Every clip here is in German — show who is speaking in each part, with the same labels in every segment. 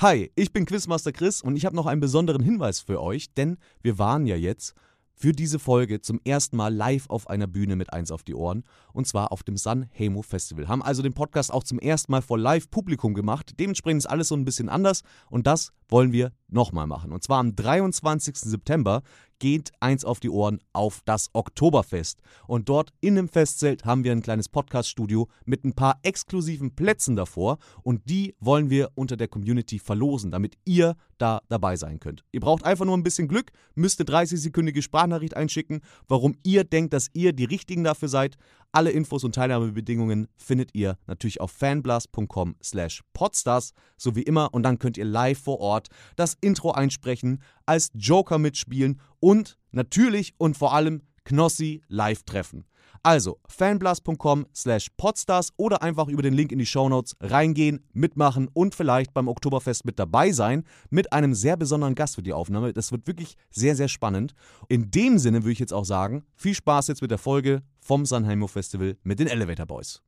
Speaker 1: Hi, ich bin Quizmaster Chris und ich habe noch einen besonderen Hinweis für euch, denn wir waren ja jetzt für diese Folge zum ersten Mal live auf einer Bühne mit eins auf die Ohren und zwar auf dem Sun Hemo Festival. Haben also den Podcast auch zum ersten Mal vor live Publikum gemacht. Dementsprechend ist alles so ein bisschen anders und das wollen wir nochmal machen. Und zwar am 23. September geht eins auf die Ohren auf das Oktoberfest. Und dort in dem Festzelt haben wir ein kleines Podcast-Studio mit ein paar exklusiven Plätzen davor. Und die wollen wir unter der Community verlosen, damit ihr da dabei sein könnt. Ihr braucht einfach nur ein bisschen Glück, müsst eine 30-sekündige Sprachnachricht einschicken, warum ihr denkt, dass ihr die Richtigen dafür seid. Alle Infos und Teilnahmebedingungen findet ihr natürlich auf fanblast.com slash podstars, so wie immer. Und dann könnt ihr live vor Ort das Intro einsprechen, als Joker mitspielen und natürlich und vor allem Knossi live treffen. Also fanblast.com slash podstars oder einfach über den Link in die Shownotes reingehen, mitmachen und vielleicht beim Oktoberfest mit dabei sein mit einem sehr besonderen Gast für die Aufnahme. Das wird wirklich sehr, sehr spannend. In dem Sinne würde ich jetzt auch sagen, viel Spaß jetzt mit der Folge vom Sanheimo Festival mit den Elevator Boys.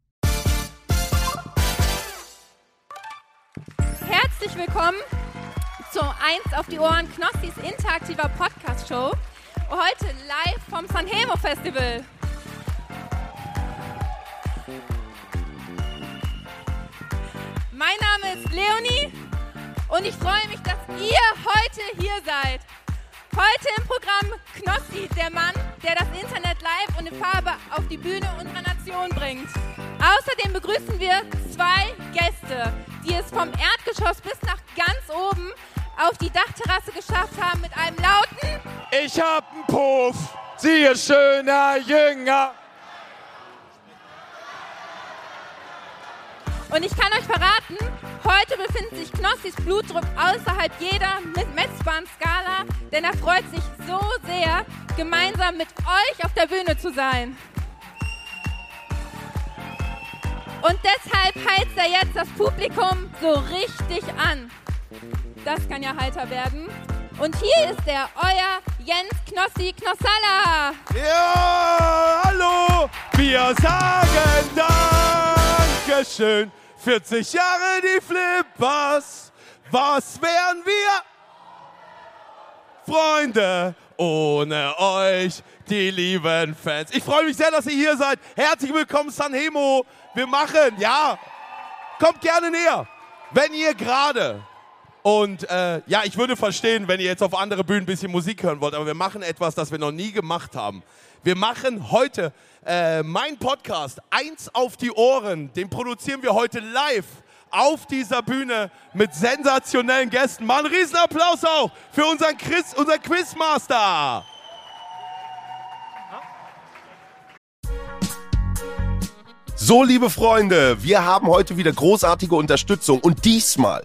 Speaker 2: Herzlich willkommen zu Eins auf die Ohren, Knossis interaktiver Podcast-Show. Heute live vom Sanhemo Festival. Mein Name ist Leonie und ich freue mich, dass ihr heute hier seid. Heute im Programm Knossi, der Mann, der das Internet live und in Farbe auf die Bühne unserer Nation bringt. Außerdem begrüßen wir zwei Gäste, die es vom Erdgeschoss bis nach ganz oben auf die Dachterrasse geschafft haben mit einem lauten
Speaker 3: Ich hab'n Puff, sie ist schöner, jünger.
Speaker 2: Und ich kann euch verraten, heute befindet sich Knossis Blutdruck außerhalb jeder mit messbaren Skala, denn er freut sich so sehr, gemeinsam mit euch auf der Bühne zu sein. Und deshalb heizt er jetzt das Publikum so richtig an. Das kann ja heiter werden. Und hier ist er, euer Jens Knossi Knossalla.
Speaker 3: Ja, hallo, wir sagen Dankeschön. 40 Jahre die Flippers, was wären wir? Freunde, ohne euch, die lieben Fans. Ich freue mich sehr, dass ihr hier seid. Herzlich willkommen, Sanhemo. Wir machen, ja, kommt gerne näher, wenn ihr gerade Und äh, ja, ich würde verstehen, wenn ihr jetzt auf andere Bühnen ein bisschen Musik hören wollt, aber wir machen etwas, das wir noch nie gemacht haben. Wir machen heute äh, meinen Podcast Eins auf die Ohren. Den produzieren wir heute live auf dieser Bühne mit sensationellen Gästen. Mal einen Riesenapplaus auch für unseren Chris, unseren Quizmaster.
Speaker 4: So, liebe Freunde, wir haben heute wieder großartige Unterstützung und diesmal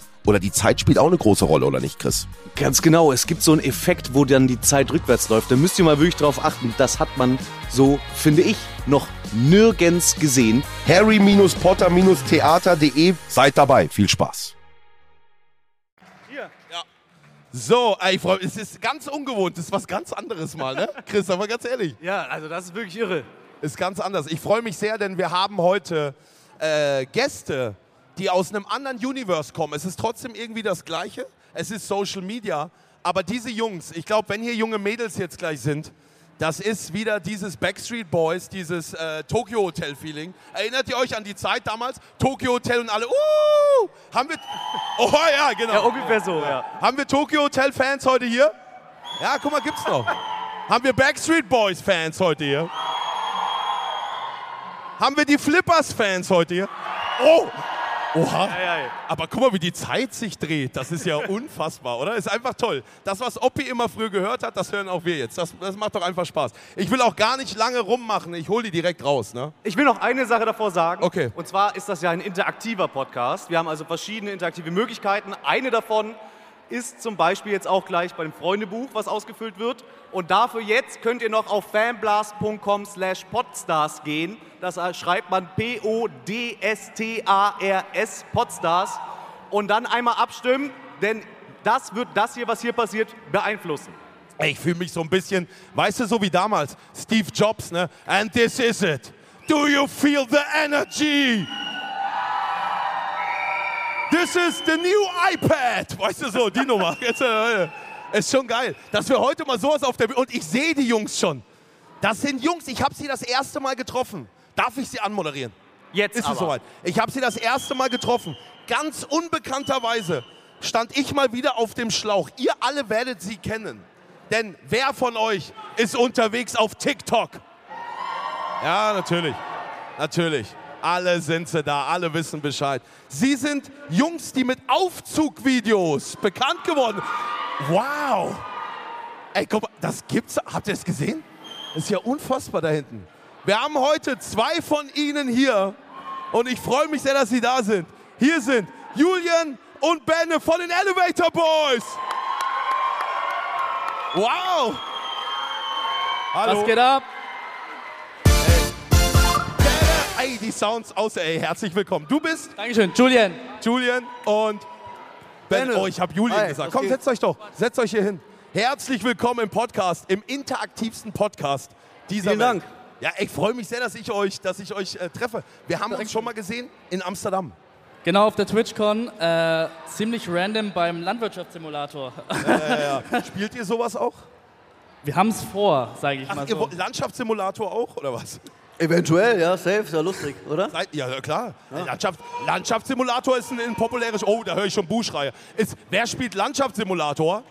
Speaker 4: Oder die Zeit spielt auch eine große Rolle, oder nicht, Chris?
Speaker 1: Ganz genau, es gibt so einen Effekt, wo dann die Zeit rückwärts läuft. Da müsst ihr mal wirklich drauf achten. Das hat man, so finde ich, noch nirgends gesehen.
Speaker 4: Harry-Potter-Theater.de. Seid dabei. Viel Spaß.
Speaker 3: So, ey, ich freu, es ist ganz ungewohnt. Das ist was ganz anderes mal, ne? Chris, aber ganz ehrlich.
Speaker 5: Ja, also das ist wirklich irre.
Speaker 3: Ist ganz anders. Ich freue mich sehr, denn wir haben heute äh, Gäste, die aus einem anderen Universe kommen. Es ist trotzdem irgendwie das Gleiche. Es ist Social Media. Aber diese Jungs, ich glaube, wenn hier junge Mädels jetzt gleich sind, das ist wieder dieses Backstreet Boys, dieses äh, Tokyo Hotel Feeling. Erinnert ihr euch an die Zeit damals? Tokyo Hotel und alle, uh, haben wir, oh ja, genau.
Speaker 5: Ja, ungefähr so, ja.
Speaker 3: Haben wir Tokyo Hotel Fans heute hier? Ja, guck mal, gibt's noch. Haben wir Backstreet Boys Fans heute hier? Haben wir die Flippers Fans heute hier? Oh! Oha!
Speaker 5: Ei, ei.
Speaker 3: Aber guck mal, wie die Zeit sich dreht. Das ist ja unfassbar, oder? Ist einfach toll. Das, was Oppi immer früher gehört hat, das hören auch wir jetzt. Das, das macht doch einfach Spaß. Ich will auch gar nicht lange rummachen. Ich hol die direkt raus, ne?
Speaker 5: Ich will noch eine Sache davor sagen.
Speaker 3: Okay.
Speaker 5: Und zwar ist das ja ein interaktiver Podcast. Wir haben also verschiedene interaktive Möglichkeiten. Eine davon ist zum Beispiel jetzt auch gleich beim Freundebuch, was ausgefüllt wird. Und dafür jetzt könnt ihr noch auf fanblast.com slash podstars gehen. Das schreibt man P-O-D-S-T-A-R-S, Podstars. Und dann einmal abstimmen, denn das wird das hier, was hier passiert, beeinflussen.
Speaker 3: Ey, Ich fühle mich so ein bisschen, weißt du, so wie damals, Steve Jobs, ne? And this is it. Do you feel the energy? This is the new iPad. Weißt du so, die Nummer. Jetzt, äh, ist schon geil, dass wir heute mal sowas auf der Bühne. Und ich sehe die Jungs schon. Das sind Jungs, ich habe sie das erste Mal getroffen. Darf ich sie anmoderieren?
Speaker 5: Jetzt
Speaker 3: Ist
Speaker 5: aber.
Speaker 3: es soweit. Ich habe sie das erste Mal getroffen. Ganz unbekannterweise stand ich mal wieder auf dem Schlauch. Ihr alle werdet sie kennen. Denn wer von euch ist unterwegs auf TikTok? Ja, natürlich. Natürlich. Alle sind sie da, alle wissen Bescheid. Sie sind Jungs, die mit Aufzugvideos bekannt geworden. Wow! Ey, guck mal, das gibt's. Habt ihr es gesehen? Ist ja unfassbar da hinten. Wir haben heute zwei von ihnen hier und ich freue mich sehr, dass sie da sind. Hier sind Julian und Benne von den Elevator Boys. Wow! Hallo.
Speaker 6: Was geht ab?
Speaker 3: Ey, die Sounds aus. Ey, herzlich willkommen. Du bist
Speaker 6: Dankeschön. Julian,
Speaker 3: Julian und Ben.
Speaker 5: Benne.
Speaker 3: Oh, ich habe Julian
Speaker 5: Hi,
Speaker 3: gesagt.
Speaker 5: was
Speaker 3: Komm,
Speaker 5: geht?
Speaker 3: setzt euch doch. Setzt euch hier hin. Herzlich willkommen im Podcast, im interaktivsten Podcast dieser
Speaker 5: Vielen
Speaker 3: Welt.
Speaker 5: Dank.
Speaker 3: Ja, ich freue mich sehr, dass ich euch, dass ich euch äh, treffe. Wir haben uns schon mal gesehen in Amsterdam.
Speaker 6: genau auf der TwitchCon, äh, ziemlich random beim Landwirtschaftssimulator.
Speaker 3: Spielt ihr sowas auch?
Speaker 6: Wir haben es vor, sage ich
Speaker 3: Ach,
Speaker 6: mal
Speaker 3: ihr
Speaker 6: so.
Speaker 3: wollt Landschaftssimulator auch oder was?
Speaker 7: Eventuell, ja, safe, ist ja lustig, oder?
Speaker 3: Seid, ja, klar. Landschafts, Landschaftssimulator ist ein, ein populäres. Oh, da höre ich schon Buchschreie. Ist, wer spielt Landschaftssimulator?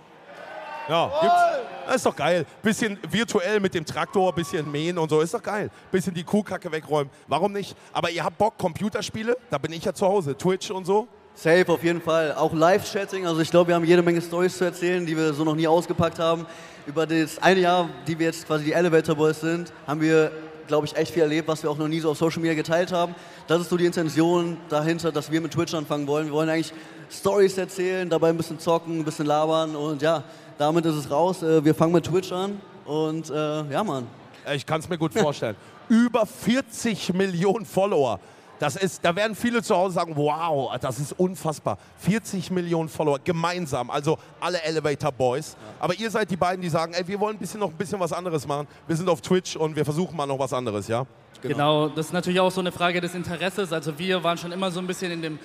Speaker 3: Ja, gibt's. Das ist doch geil. Bisschen virtuell mit dem Traktor, bisschen mähen und so. Ist doch geil. Bisschen die Kuhkacke wegräumen. Warum nicht? Aber ihr habt Bock, Computerspiele? Da bin ich ja zu Hause. Twitch und so.
Speaker 7: Safe auf jeden Fall. Auch Live-Chatting, also ich glaube, wir haben jede Menge Stories zu erzählen, die wir so noch nie ausgepackt haben. Über das eine Jahr, die wir jetzt quasi die Elevator Boys sind, haben wir, glaube ich, echt viel erlebt, was wir auch noch nie so auf Social Media geteilt haben. Das ist so die Intention dahinter, dass wir mit Twitch anfangen wollen. Wir wollen eigentlich Stories erzählen, dabei ein bisschen zocken, ein bisschen labern und ja, damit ist es raus. Äh, Wir fangen mit Twitch an und äh, ja, Mann.
Speaker 3: Äh, Ich kann es mir gut vorstellen. Über 40 Millionen Follower. Das ist, da werden viele zu Hause sagen, wow, das ist unfassbar. 40 Millionen Follower gemeinsam, also alle Elevator Boys. Aber ihr seid die beiden, die sagen, ey, wir wollen ein bisschen noch ein bisschen was anderes machen. Wir sind auf Twitch und wir versuchen mal noch was anderes, ja?
Speaker 6: Genau, das ist natürlich auch so eine Frage des Interesses. Also wir waren schon immer so ein bisschen in dem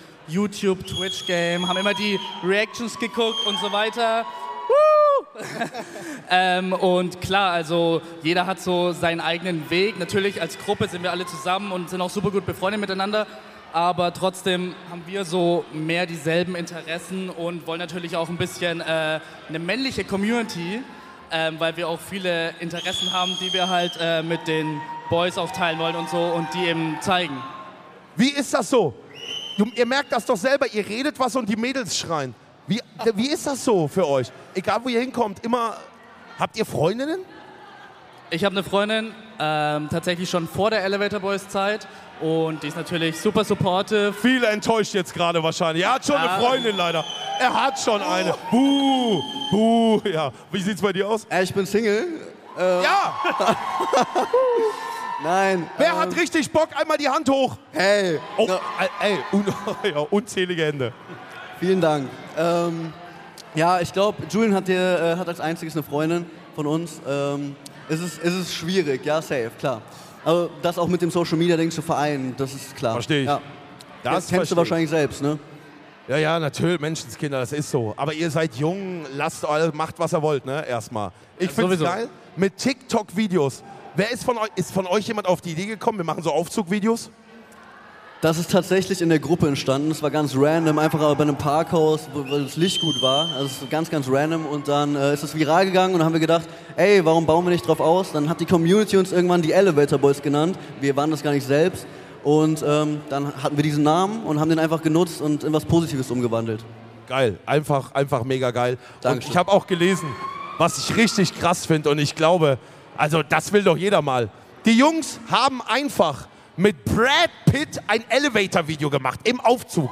Speaker 6: YouTube-Twitch-Game, haben immer die Reactions geguckt und so weiter. Woo! ähm, und klar, also jeder hat so seinen eigenen Weg. Natürlich als Gruppe sind wir alle zusammen und sind auch super gut befreundet miteinander. Aber trotzdem haben wir so mehr dieselben Interessen und wollen natürlich auch ein bisschen äh, eine männliche Community, ähm, weil wir auch viele Interessen haben, die wir halt äh, mit den Boys auch teilen wollen und so und die eben zeigen.
Speaker 3: Wie ist das so? Du, ihr merkt das doch selber, ihr redet was und die Mädels schreien. Wie, wie ist das so für euch? Egal wo ihr hinkommt, immer. Habt ihr Freundinnen?
Speaker 6: Ich habe eine Freundin, ähm, tatsächlich schon vor der Elevator Boys Zeit und die ist natürlich super supportive.
Speaker 3: Viele enttäuscht jetzt gerade wahrscheinlich. Er hat schon eine Freundin leider. Er hat schon
Speaker 7: Oh.
Speaker 3: eine. Buh, buh. Ja, wie sieht's bei dir aus?
Speaker 7: Äh, ich bin Single. Äh,
Speaker 3: Ja,
Speaker 7: Nein. Ähm,
Speaker 3: wer hat richtig Bock? Einmal die Hand hoch.
Speaker 7: Hey,
Speaker 3: Oh,
Speaker 7: na,
Speaker 3: ey, un ja, unzählige Hände.
Speaker 7: vielen Dank. Ähm, ja, ich glaube, Julian hat, dir, äh, hat als einziges eine Freundin von uns. Ähm, es, ist, es ist schwierig, ja, safe, klar. Aber das auch mit dem Social Media Ding zu vereinen, das ist klar.
Speaker 3: Versteh ich.
Speaker 7: Ja. Das kennst du
Speaker 3: verstehe ich.
Speaker 7: wahrscheinlich selbst, ne?
Speaker 3: Ja, ja, natürlich, Menschenskinder, das ist so. Aber ihr seid jung, lasst alle, macht was ihr wollt, ne? Erstmal. Ich finde es
Speaker 6: sowieso.
Speaker 3: geil. Mit TikTok-Videos. Wer ist von euch, ist von euch jemand auf die Idee gekommen? Wir machen so Aufzugvideos?
Speaker 7: Das ist tatsächlich in der Gruppe entstanden. Es war ganz random, einfach bei einem Parkhaus, wo wo das Licht gut war. Also es ist ganz, ganz random. Und dann äh, ist es viral gegangen und dann haben wir gedacht, ey, warum bauen wir nicht drauf aus? Dann hat die Community uns irgendwann die Elevator Boys genannt. Wir waren das gar nicht selbst. Und ähm, dann hatten wir diesen Namen und haben den einfach genutzt und in was Positives umgewandelt.
Speaker 3: Geil, einfach, einfach mega geil. Und
Speaker 7: Dankeschön.
Speaker 3: ich habe auch gelesen, was ich richtig krass finde und ich glaube, also das will doch jeder mal. Die Jungs haben einfach mit Brad Pitt ein Elevator-Video gemacht, im Aufzug.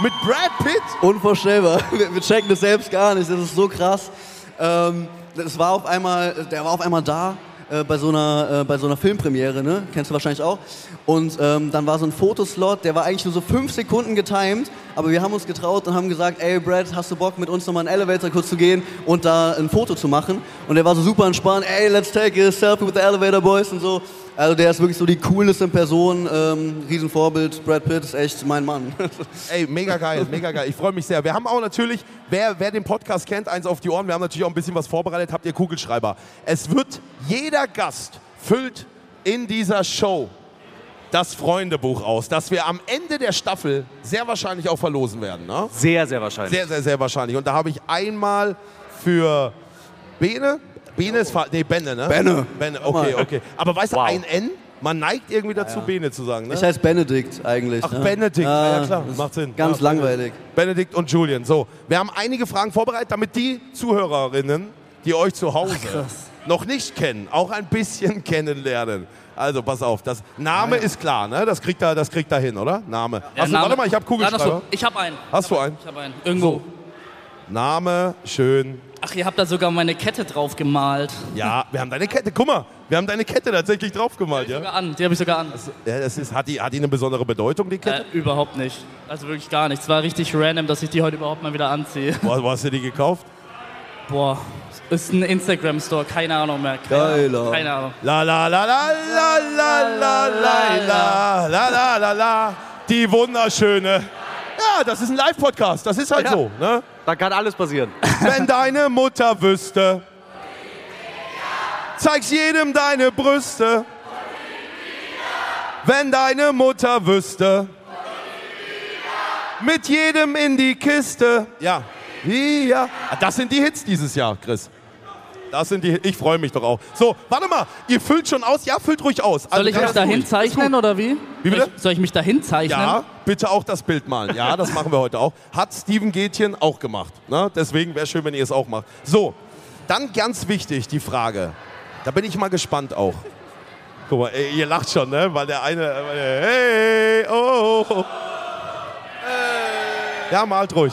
Speaker 3: Mit Brad Pitt?
Speaker 7: Unvorstellbar. Wir, wir checken das selbst gar nicht. Das ist so krass. Ähm, das war auf einmal, der war auf einmal da äh, bei so einer, äh, bei so einer Filmpremiere, ne? Kennst du wahrscheinlich auch. Und ähm, dann war so ein Fotoslot, der war eigentlich nur so fünf Sekunden getimed, aber wir haben uns getraut und haben gesagt, ey Brad, hast du Bock mit uns nochmal in den Elevator kurz zu gehen und da ein Foto zu machen? Und der war so super entspannt, ey, let's take a selfie with the Elevator Boys und so. Also der ist wirklich so die cooleste Person, ähm, Riesenvorbild, Brad Pitt ist echt mein Mann.
Speaker 3: Ey, mega geil, mega geil. Ich freue mich sehr. Wir haben auch natürlich, wer, wer den Podcast kennt, eins auf die Ohren. Wir haben natürlich auch ein bisschen was vorbereitet. Habt ihr Kugelschreiber? Es wird jeder Gast füllt in dieser Show das Freundebuch aus, das wir am Ende der Staffel sehr wahrscheinlich auch verlosen werden. Ne?
Speaker 5: Sehr, sehr wahrscheinlich.
Speaker 3: Sehr, sehr, sehr wahrscheinlich. Und da habe ich einmal für Bene. Bene ist fa- nee, Benne, ne?
Speaker 7: Benne.
Speaker 3: Benne, okay, okay. Aber weißt
Speaker 5: Wow.
Speaker 3: du, ein N? Man neigt irgendwie dazu, Bene zu sagen. Ne?
Speaker 7: Ich heiße Benedikt eigentlich.
Speaker 3: Ach,
Speaker 7: ne?
Speaker 3: Benedikt, ja, ja, klar,
Speaker 7: das ist
Speaker 3: macht Sinn.
Speaker 7: Ganz
Speaker 3: Ja,
Speaker 7: langweilig.
Speaker 3: Benedikt und Julian. So, wir haben einige Fragen vorbereitet, damit die Zuhörerinnen, die euch zu Hause noch nicht kennen, auch ein bisschen kennenlernen. Also, pass auf, das Name ist klar, ne? Das kriegt er, das kriegt er hin, oder? Name. Achso,
Speaker 6: Der Ah, Name-
Speaker 3: warte mal, ich habe
Speaker 6: Nein, ach so,
Speaker 3: Kugelschreiber.
Speaker 6: ich habe einen.
Speaker 3: Hast du einen?
Speaker 6: Ich habe einen. Irgendwo.
Speaker 3: Name, schön.
Speaker 6: Ach, ihr habt da sogar meine Kette drauf gemalt.
Speaker 3: Ja, wir haben deine Kette. Guck mal, wir haben deine Kette tatsächlich draufgemalt, ja?
Speaker 6: Sogar an. Die habe ich sogar an.
Speaker 3: ja das ist, hat, die, hat die eine besondere Bedeutung, die Kette?
Speaker 6: Äh, überhaupt nicht. Also wirklich gar nichts. War richtig random, dass ich die heute überhaupt mal wieder anziehe.
Speaker 3: Wo, wo hast du die gekauft?
Speaker 6: Boah, ist ein Instagram-Store, keine Ahnung mehr. Keine
Speaker 7: Geiler.
Speaker 6: Ahnung. Keine Ahnung.
Speaker 3: La la la la la la la la la la la la la die wunderschöne. Ja, das ist ein Live-Podcast, das ist halt
Speaker 5: Ja.
Speaker 3: so. Ne?
Speaker 5: Da kann alles passieren.
Speaker 3: Wenn deine Mutter wüsste, zeig's jedem deine Brüste. Wenn deine Mutter wüsste, mit jedem in die Kiste. Ja, ja. Das sind die Hits dieses Jahr, Chris. Das sind die. Ich freue mich doch auch. So, warte mal. Ihr füllt schon aus. Ja, füllt ruhig aus.
Speaker 6: Soll ich mich dahin zeichnen oder wie?
Speaker 3: Wie bitte?
Speaker 6: Soll ich- Soll ich mich dahin zeichnen?
Speaker 3: Ja, bitte auch das Bild malen. Ja, das machen wir heute auch. Hat Steven Gätjen auch gemacht. Ne? Deswegen wäre schön, wenn ihr es auch macht. So, dann ganz wichtig die Frage. Da bin ich mal gespannt auch. Guck mal, ey, ihr lacht schon, ne? Weil der eine. weil der- Hey, oh. oh. Ja, malt ruhig.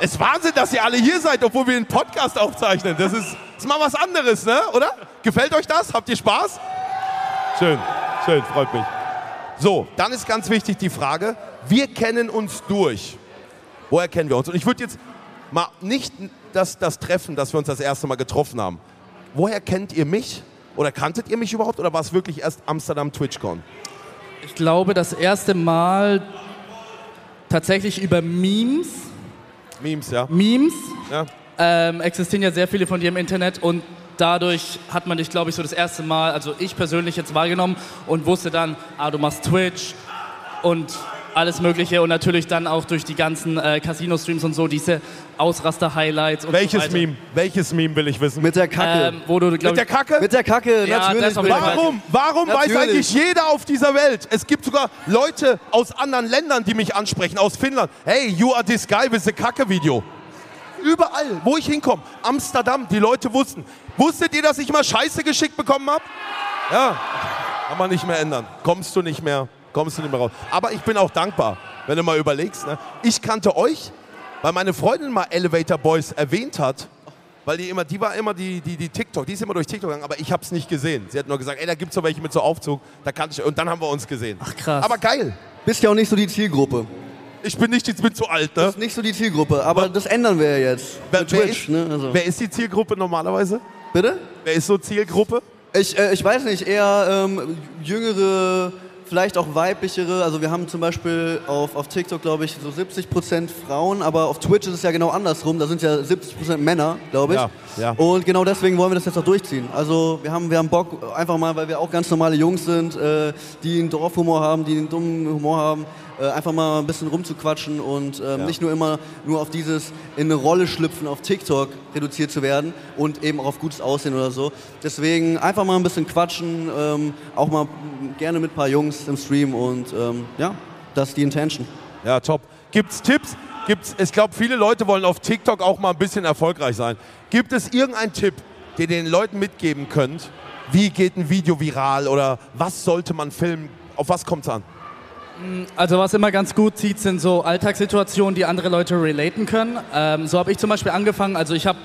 Speaker 3: Es ist Wahnsinn, dass ihr alle hier seid, obwohl wir einen Podcast aufzeichnen. Das ist, ist mal was anderes, ne? Oder? Gefällt euch das? Habt ihr Spaß? Schön, schön, freut mich. So, dann ist ganz wichtig die Frage, wir kennen uns durch. Woher kennen wir uns? Und ich würde jetzt mal nicht das, das Treffen, dass wir uns das erste Mal getroffen haben. Woher kennt ihr mich? Oder kanntet ihr mich überhaupt? Oder war es wirklich erst Amsterdam TwitchCon?
Speaker 6: Ich glaube, das erste Mal tatsächlich über Memes.
Speaker 3: Memes, ja.
Speaker 6: Memes
Speaker 3: ja.
Speaker 6: ähm, existieren ja sehr viele von dir im Internet und dadurch hat man dich, glaube ich, so das erste Mal, also ich persönlich jetzt wahrgenommen und wusste dann, ah, du machst Twitch und alles Mögliche und natürlich dann auch durch die ganzen äh, Casino-Streams und so diese Ausraster-Highlights. und so
Speaker 3: Welches
Speaker 6: weiter.
Speaker 3: Meme? Welches Meme will ich wissen?
Speaker 7: also Mit der Kacke.
Speaker 6: Ähm, wo du,
Speaker 3: Mit
Speaker 6: glaub
Speaker 3: der
Speaker 6: ich,
Speaker 3: Kacke?
Speaker 7: mit der Kacke,
Speaker 6: Ja, das
Speaker 7: natürlich.
Speaker 6: war
Speaker 7: Mit der
Speaker 6: wieder-
Speaker 7: Kacke.
Speaker 3: Warum? Warum
Speaker 7: Natürlich.
Speaker 3: weiß eigentlich jeder auf dieser Welt? Es gibt sogar Leute aus anderen Ländern, die mich ansprechen, aus Finnland. Hey, you are this guy with the Kacke-Video. Überall, wo ich hinkomme. Amsterdam, die Leute wussten. Wusstet ihr, dass ich mal Scheiße geschickt bekommen habe? Ja, kann man nicht mehr ändern. Kommst du nicht mehr, kommst du nicht mehr raus. Aber ich bin auch dankbar, wenn du mal überlegst. Ne? Ich kannte euch, weil meine Freundin mal Elevator Boys erwähnt hat. Weil die immer, die war immer die, die, die TikTok, die ist immer durch TikTok gegangen, aber ich hab's nicht gesehen. Sie hat nur gesagt, ey, da gibt's so welche mit so Aufzug, da kannte ich, und dann haben wir uns gesehen. Ach
Speaker 6: krass.
Speaker 3: Aber geil.
Speaker 7: Bist ja auch nicht so die Zielgruppe.
Speaker 3: Ich bin nicht, ich bin zu alt, ne?
Speaker 7: Nicht so die Zielgruppe, aber das ändern wir ja jetzt.
Speaker 3: Wer,
Speaker 7: Mit
Speaker 3: wer,
Speaker 7: Twitch,
Speaker 3: ist,
Speaker 7: ne? Also.
Speaker 3: wer ist die Zielgruppe normalerweise?
Speaker 7: Bitte?
Speaker 3: Wer ist so Zielgruppe?
Speaker 7: Ich, äh, ich weiß nicht, eher ähm, jüngere, vielleicht auch weiblichere. Also wir haben zum Beispiel auf, auf TikTok, glaube ich, so 70% Frauen, aber auf Twitch ist es ja genau andersrum. Da sind ja 70% Männer, glaube ich.
Speaker 3: Ja, ja.
Speaker 7: Und genau deswegen wollen wir das jetzt auch durchziehen. Also wir haben, wir haben Bock, einfach mal, weil wir auch ganz normale Jungs sind, äh, die einen Dorfhumor haben, die einen dummen Humor haben, äh, einfach mal ein bisschen rumzuquatschen und ähm, nicht nur immer nur auf dieses in eine Rolle schlüpfen auf TikTok reduziert zu werden und eben auch auf gutes Aussehen oder so. Deswegen einfach mal ein bisschen quatschen, ähm, auch mal gerne mit ein paar Jungs im Stream und ähm, ja, das ist die Intention.
Speaker 3: Ja, top. Gibt's Tipps? Gibt's, ich glaube, viele Leute wollen auf TikTok auch mal ein bisschen erfolgreich sein. Gibt es irgendeinen Tipp, den ihr den Leuten mitgeben könnt? Wie geht ein Video viral oder was sollte man filmen? Auf was kommt's an?
Speaker 6: Also was immer ganz gut zieht, sind so Alltagssituationen, die andere Leute relaten können. Ähm, so habe ich zum Beispiel angefangen, also ich habe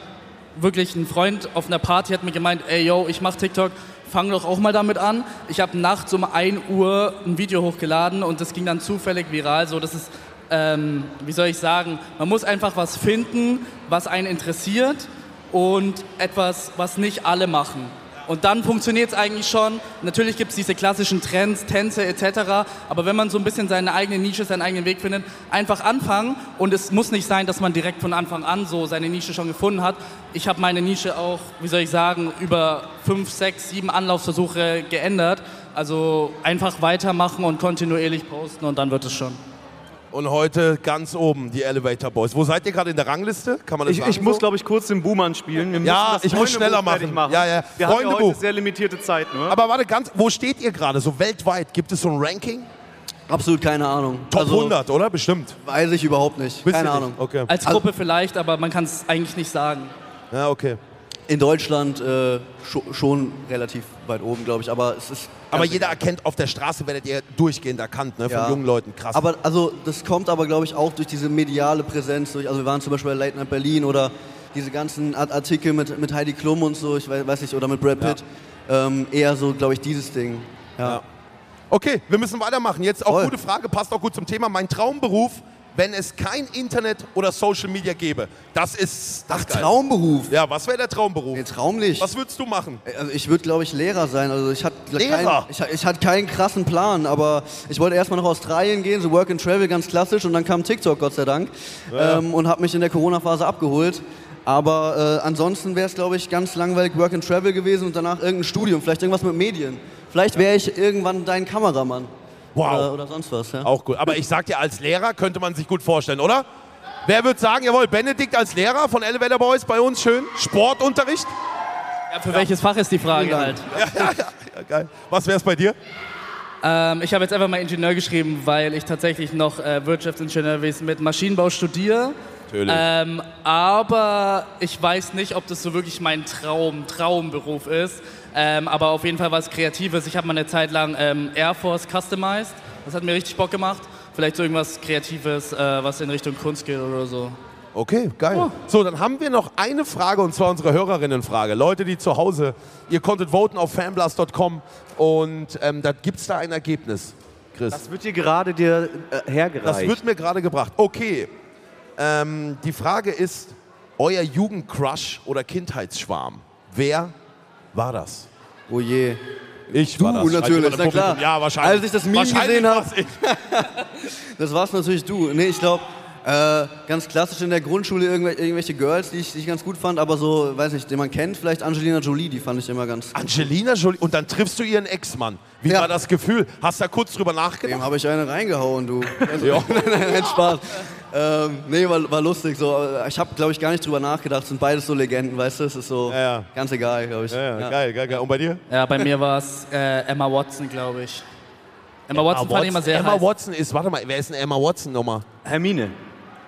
Speaker 6: wirklich einen Freund auf einer Party hat mir gemeint, ey yo, ich mache TikTok, fang doch auch mal damit an. Ich habe nachts um 1 Uhr ein Video hochgeladen und das ging dann zufällig viral. So, das ist, ähm, wie soll ich sagen, man muss einfach was finden, was einen interessiert und etwas, was nicht alle machen. Und dann funktioniert es eigentlich schon. Natürlich gibt es diese klassischen Trends, Tänze etc. Aber wenn man so ein bisschen seine eigene Nische, seinen eigenen Weg findet, einfach anfangen. Und es muss nicht sein, dass man direkt von Anfang an so seine Nische schon gefunden hat. Ich habe meine Nische auch, wie soll ich sagen, über fünf, sechs, sieben Anlaufversuche geändert. Also einfach weitermachen und kontinuierlich posten und dann wird es schon.
Speaker 3: Und heute ganz oben die Elevator Boys. Wo seid ihr gerade in der Rangliste? Kann man das
Speaker 5: Ich,
Speaker 3: sagen?
Speaker 5: ich muss,
Speaker 3: so?
Speaker 5: glaube ich, kurz den Buhmann spielen.
Speaker 3: Ja,
Speaker 5: Wir müssen das
Speaker 3: ich muss
Speaker 5: Freundebuch
Speaker 3: schneller
Speaker 5: fertig
Speaker 3: machen. Ja, ja.
Speaker 5: Wir haben ja
Speaker 3: Freundebuch.
Speaker 5: heute sehr limitierte Zeit. Ne?
Speaker 3: Aber warte, ganz, wo steht ihr gerade? So weltweit gibt es so ein Ranking?
Speaker 7: Absolut keine Ahnung.
Speaker 3: Top
Speaker 7: also,
Speaker 3: 100, oder? Bestimmt.
Speaker 7: Weiß ich überhaupt nicht.
Speaker 3: Wisst
Speaker 7: keine
Speaker 3: ihr nicht?
Speaker 7: Ahnung. Also
Speaker 3: Okay.
Speaker 6: Als Gruppe vielleicht, aber man kann es eigentlich nicht sagen.
Speaker 3: Ja, okay.
Speaker 7: In Deutschland äh, scho schon relativ weit oben, glaube ich, aber es ist. also,
Speaker 3: Aber
Speaker 7: ganz
Speaker 3: jeder erkennt, auf der Straße werdet ihr durchgehend erkannt, ne? Von
Speaker 7: Ja.
Speaker 3: jungen Leuten. Krass.
Speaker 7: Aber also das kommt aber glaube ich auch durch diese mediale Präsenz. Durch, also wir waren zum Beispiel bei Late Night Berlin oder diese ganzen Art Artikel mit, mit Heidi Klum und so, ich wei- weiß nicht, oder mit Brad Pitt. Ähm, eher so, glaube ich, dieses Ding. Ja.
Speaker 3: Okay, wir müssen weitermachen. Jetzt auch
Speaker 7: Voll.
Speaker 3: gute Frage, passt auch gut zum Thema. Mein Traumberuf, wenn es kein Internet oder Social Media gäbe. Das ist das
Speaker 7: Ach,
Speaker 3: geil.
Speaker 7: Traumberuf.
Speaker 3: Ja, was wäre der Traumberuf?
Speaker 7: Nee, Traum nicht.
Speaker 3: Was würdest du machen?
Speaker 7: Also ich würde, glaube ich, Lehrer sein. Also ich hatte
Speaker 3: Lehrer?
Speaker 7: Keinen, ich, ha- ich hatte keinen krassen Plan, aber ich wollte erstmal nach Australien gehen, so Work and Travel ganz klassisch und dann kam TikTok, Gott sei Dank, ähm, und habe mich in der Corona-Phase abgeholt. Aber äh, ansonsten wäre es, glaube ich, ganz langweilig Work and Travel gewesen und danach irgendein Studium, vielleicht irgendwas mit Medien. Vielleicht wäre ich irgendwann dein Kameramann.
Speaker 3: Wow.
Speaker 7: Oder, oder sonst was, ja.
Speaker 3: Auch gut. Aber ich sag dir, als Lehrer könnte man sich gut vorstellen, oder? Wer würde sagen, jawohl, Benedikt als Lehrer von Elevator Boys bei uns schön? Sportunterricht?
Speaker 6: Ja, für welches Fach ist die Frage halt?
Speaker 3: Ja, ja, ja, ja geil. Was wäre es bei dir?
Speaker 6: Ähm, ich habe jetzt einfach mal Ingenieur geschrieben, weil ich tatsächlich noch äh, Wirtschaftsingenieurwesen mit Maschinenbau studiere.
Speaker 3: Natürlich.
Speaker 6: Ähm, aber ich weiß nicht, ob das so wirklich mein Traum, Traumberuf ist. Ähm, aber auf jeden Fall was Kreatives. Ich habe mal eine Zeit lang ähm, Air Force customized. Das hat mir richtig Bock gemacht. Vielleicht so irgendwas Kreatives, äh, was in Richtung Kunst geht oder so.
Speaker 3: Okay, geil. So, dann haben wir noch eine Frage und zwar unsere Hörerinnenfrage. Leute, die zu Hause, ihr konntet voten auf fanblast.com und ähm, da gibt es da ein Ergebnis, Chris. Das,
Speaker 5: das wird dir gerade dir äh, hergereicht.
Speaker 3: wird mir gerade gebracht. Okay, ähm, die Frage ist, euer Jugendcrush oder Kindheitsschwarm, wer war das?
Speaker 7: Oh je.
Speaker 3: Ich
Speaker 7: Du natürlich,
Speaker 3: Schreibt jemand im
Speaker 7: na klar.
Speaker 3: Publikum. Ja, wahrscheinlich.
Speaker 7: Als ich das Meme
Speaker 3: Wahrscheinlich
Speaker 7: gesehen hab-
Speaker 3: war's ich.
Speaker 7: Das war's natürlich du. Nee, ich glaube, äh, ganz klassisch in der Grundschule irgendwel- irgendwelche Girls, die ich, die ich ganz gut fand, aber so, weiß nicht, den man kennt, vielleicht Angelina Jolie, die fand ich immer ganz.
Speaker 3: Angelina Jolie. Und dann triffst du ihren Ex-Mann. Wie
Speaker 7: Ja.
Speaker 3: war das Gefühl? Hast du da kurz drüber nachgedacht?
Speaker 7: Dem habe ich eine reingehauen, du.
Speaker 3: Ja.
Speaker 7: Kein Spaß. Ähm, nee, war, war lustig. So. aber Ich habe, glaube ich, gar nicht drüber nachgedacht. Sind beides so Legenden, weißt du? Es ist so
Speaker 3: Ja, ja.
Speaker 7: ganz egal, glaube ich.
Speaker 3: Ja, ja, geil, geil, geil. Und bei dir?
Speaker 6: Ja, bei mir war es äh, Emma Watson, glaube ich. Emma Watson fand ich immer sehr
Speaker 3: Emma
Speaker 6: heiß.
Speaker 3: Watson ist, warte mal, wer ist denn Emma Watson nochmal?
Speaker 5: Hermine.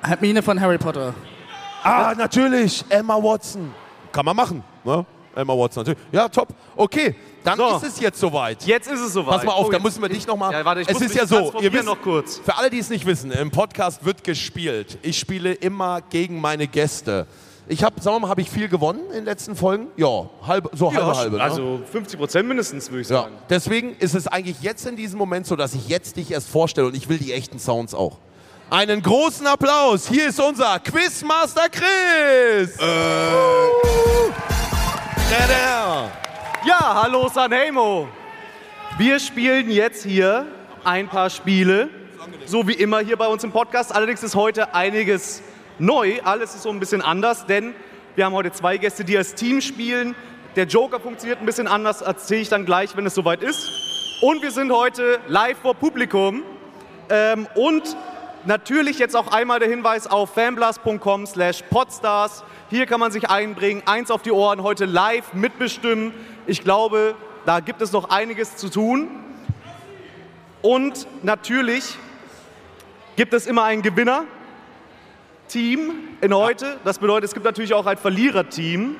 Speaker 6: Hermine von Harry Potter.
Speaker 3: Ah, natürlich, Emma Watson. Kann man machen, ne? Emma Watson natürlich. Ja, top. Okay, dann
Speaker 5: So.
Speaker 3: ist es jetzt soweit.
Speaker 5: Jetzt ist es soweit.
Speaker 3: Pass mal auf,
Speaker 5: Oh,
Speaker 3: da
Speaker 5: jetzt-
Speaker 3: müssen wir dich nochmal.
Speaker 5: Ja, warte, ich
Speaker 3: es
Speaker 5: muss
Speaker 3: ist
Speaker 5: mich
Speaker 3: ja so, ihr
Speaker 5: transformieren
Speaker 3: wisst,
Speaker 5: noch kurz.
Speaker 3: für alle, die es nicht wissen, im Podcast wird gespielt. Ich spiele immer gegen meine Gäste. Ich habe, sagen wir mal, habe ich viel gewonnen in den letzten Folgen? Ja, halb, so
Speaker 5: Ja,
Speaker 3: halbe, halbe. ne?
Speaker 5: Also 50 Prozent mindestens, würde ich
Speaker 3: ja.
Speaker 5: sagen.
Speaker 3: Deswegen ist es eigentlich jetzt in diesem Moment so, dass ich jetzt dich erst vorstelle und ich will die echten Sounds auch. Einen großen Applaus. Hier ist unser Quizmaster Chris. Äh. Tada.
Speaker 5: Ja, hallo Sanheimo. Wir spielen jetzt hier ein paar Spiele, so wie immer hier bei uns im Podcast. Allerdings ist heute einiges neu, alles ist so ein bisschen anders, denn wir haben heute zwei Gäste, die als Team spielen. Der Joker funktioniert ein bisschen anders, erzähle ich dann gleich, wenn es soweit ist. Und wir sind heute live vor Publikum. Ähm, und natürlich jetzt auch einmal der Hinweis auf fanblast.com slash podstars. Hier kann man sich einbringen, eins auf die Ohren, heute live mitbestimmen. Ich glaube, da gibt es noch einiges zu tun. Und natürlich gibt es immer ein Gewinner-Team in heute. Das bedeutet, es gibt natürlich auch ein Verlierer-Team.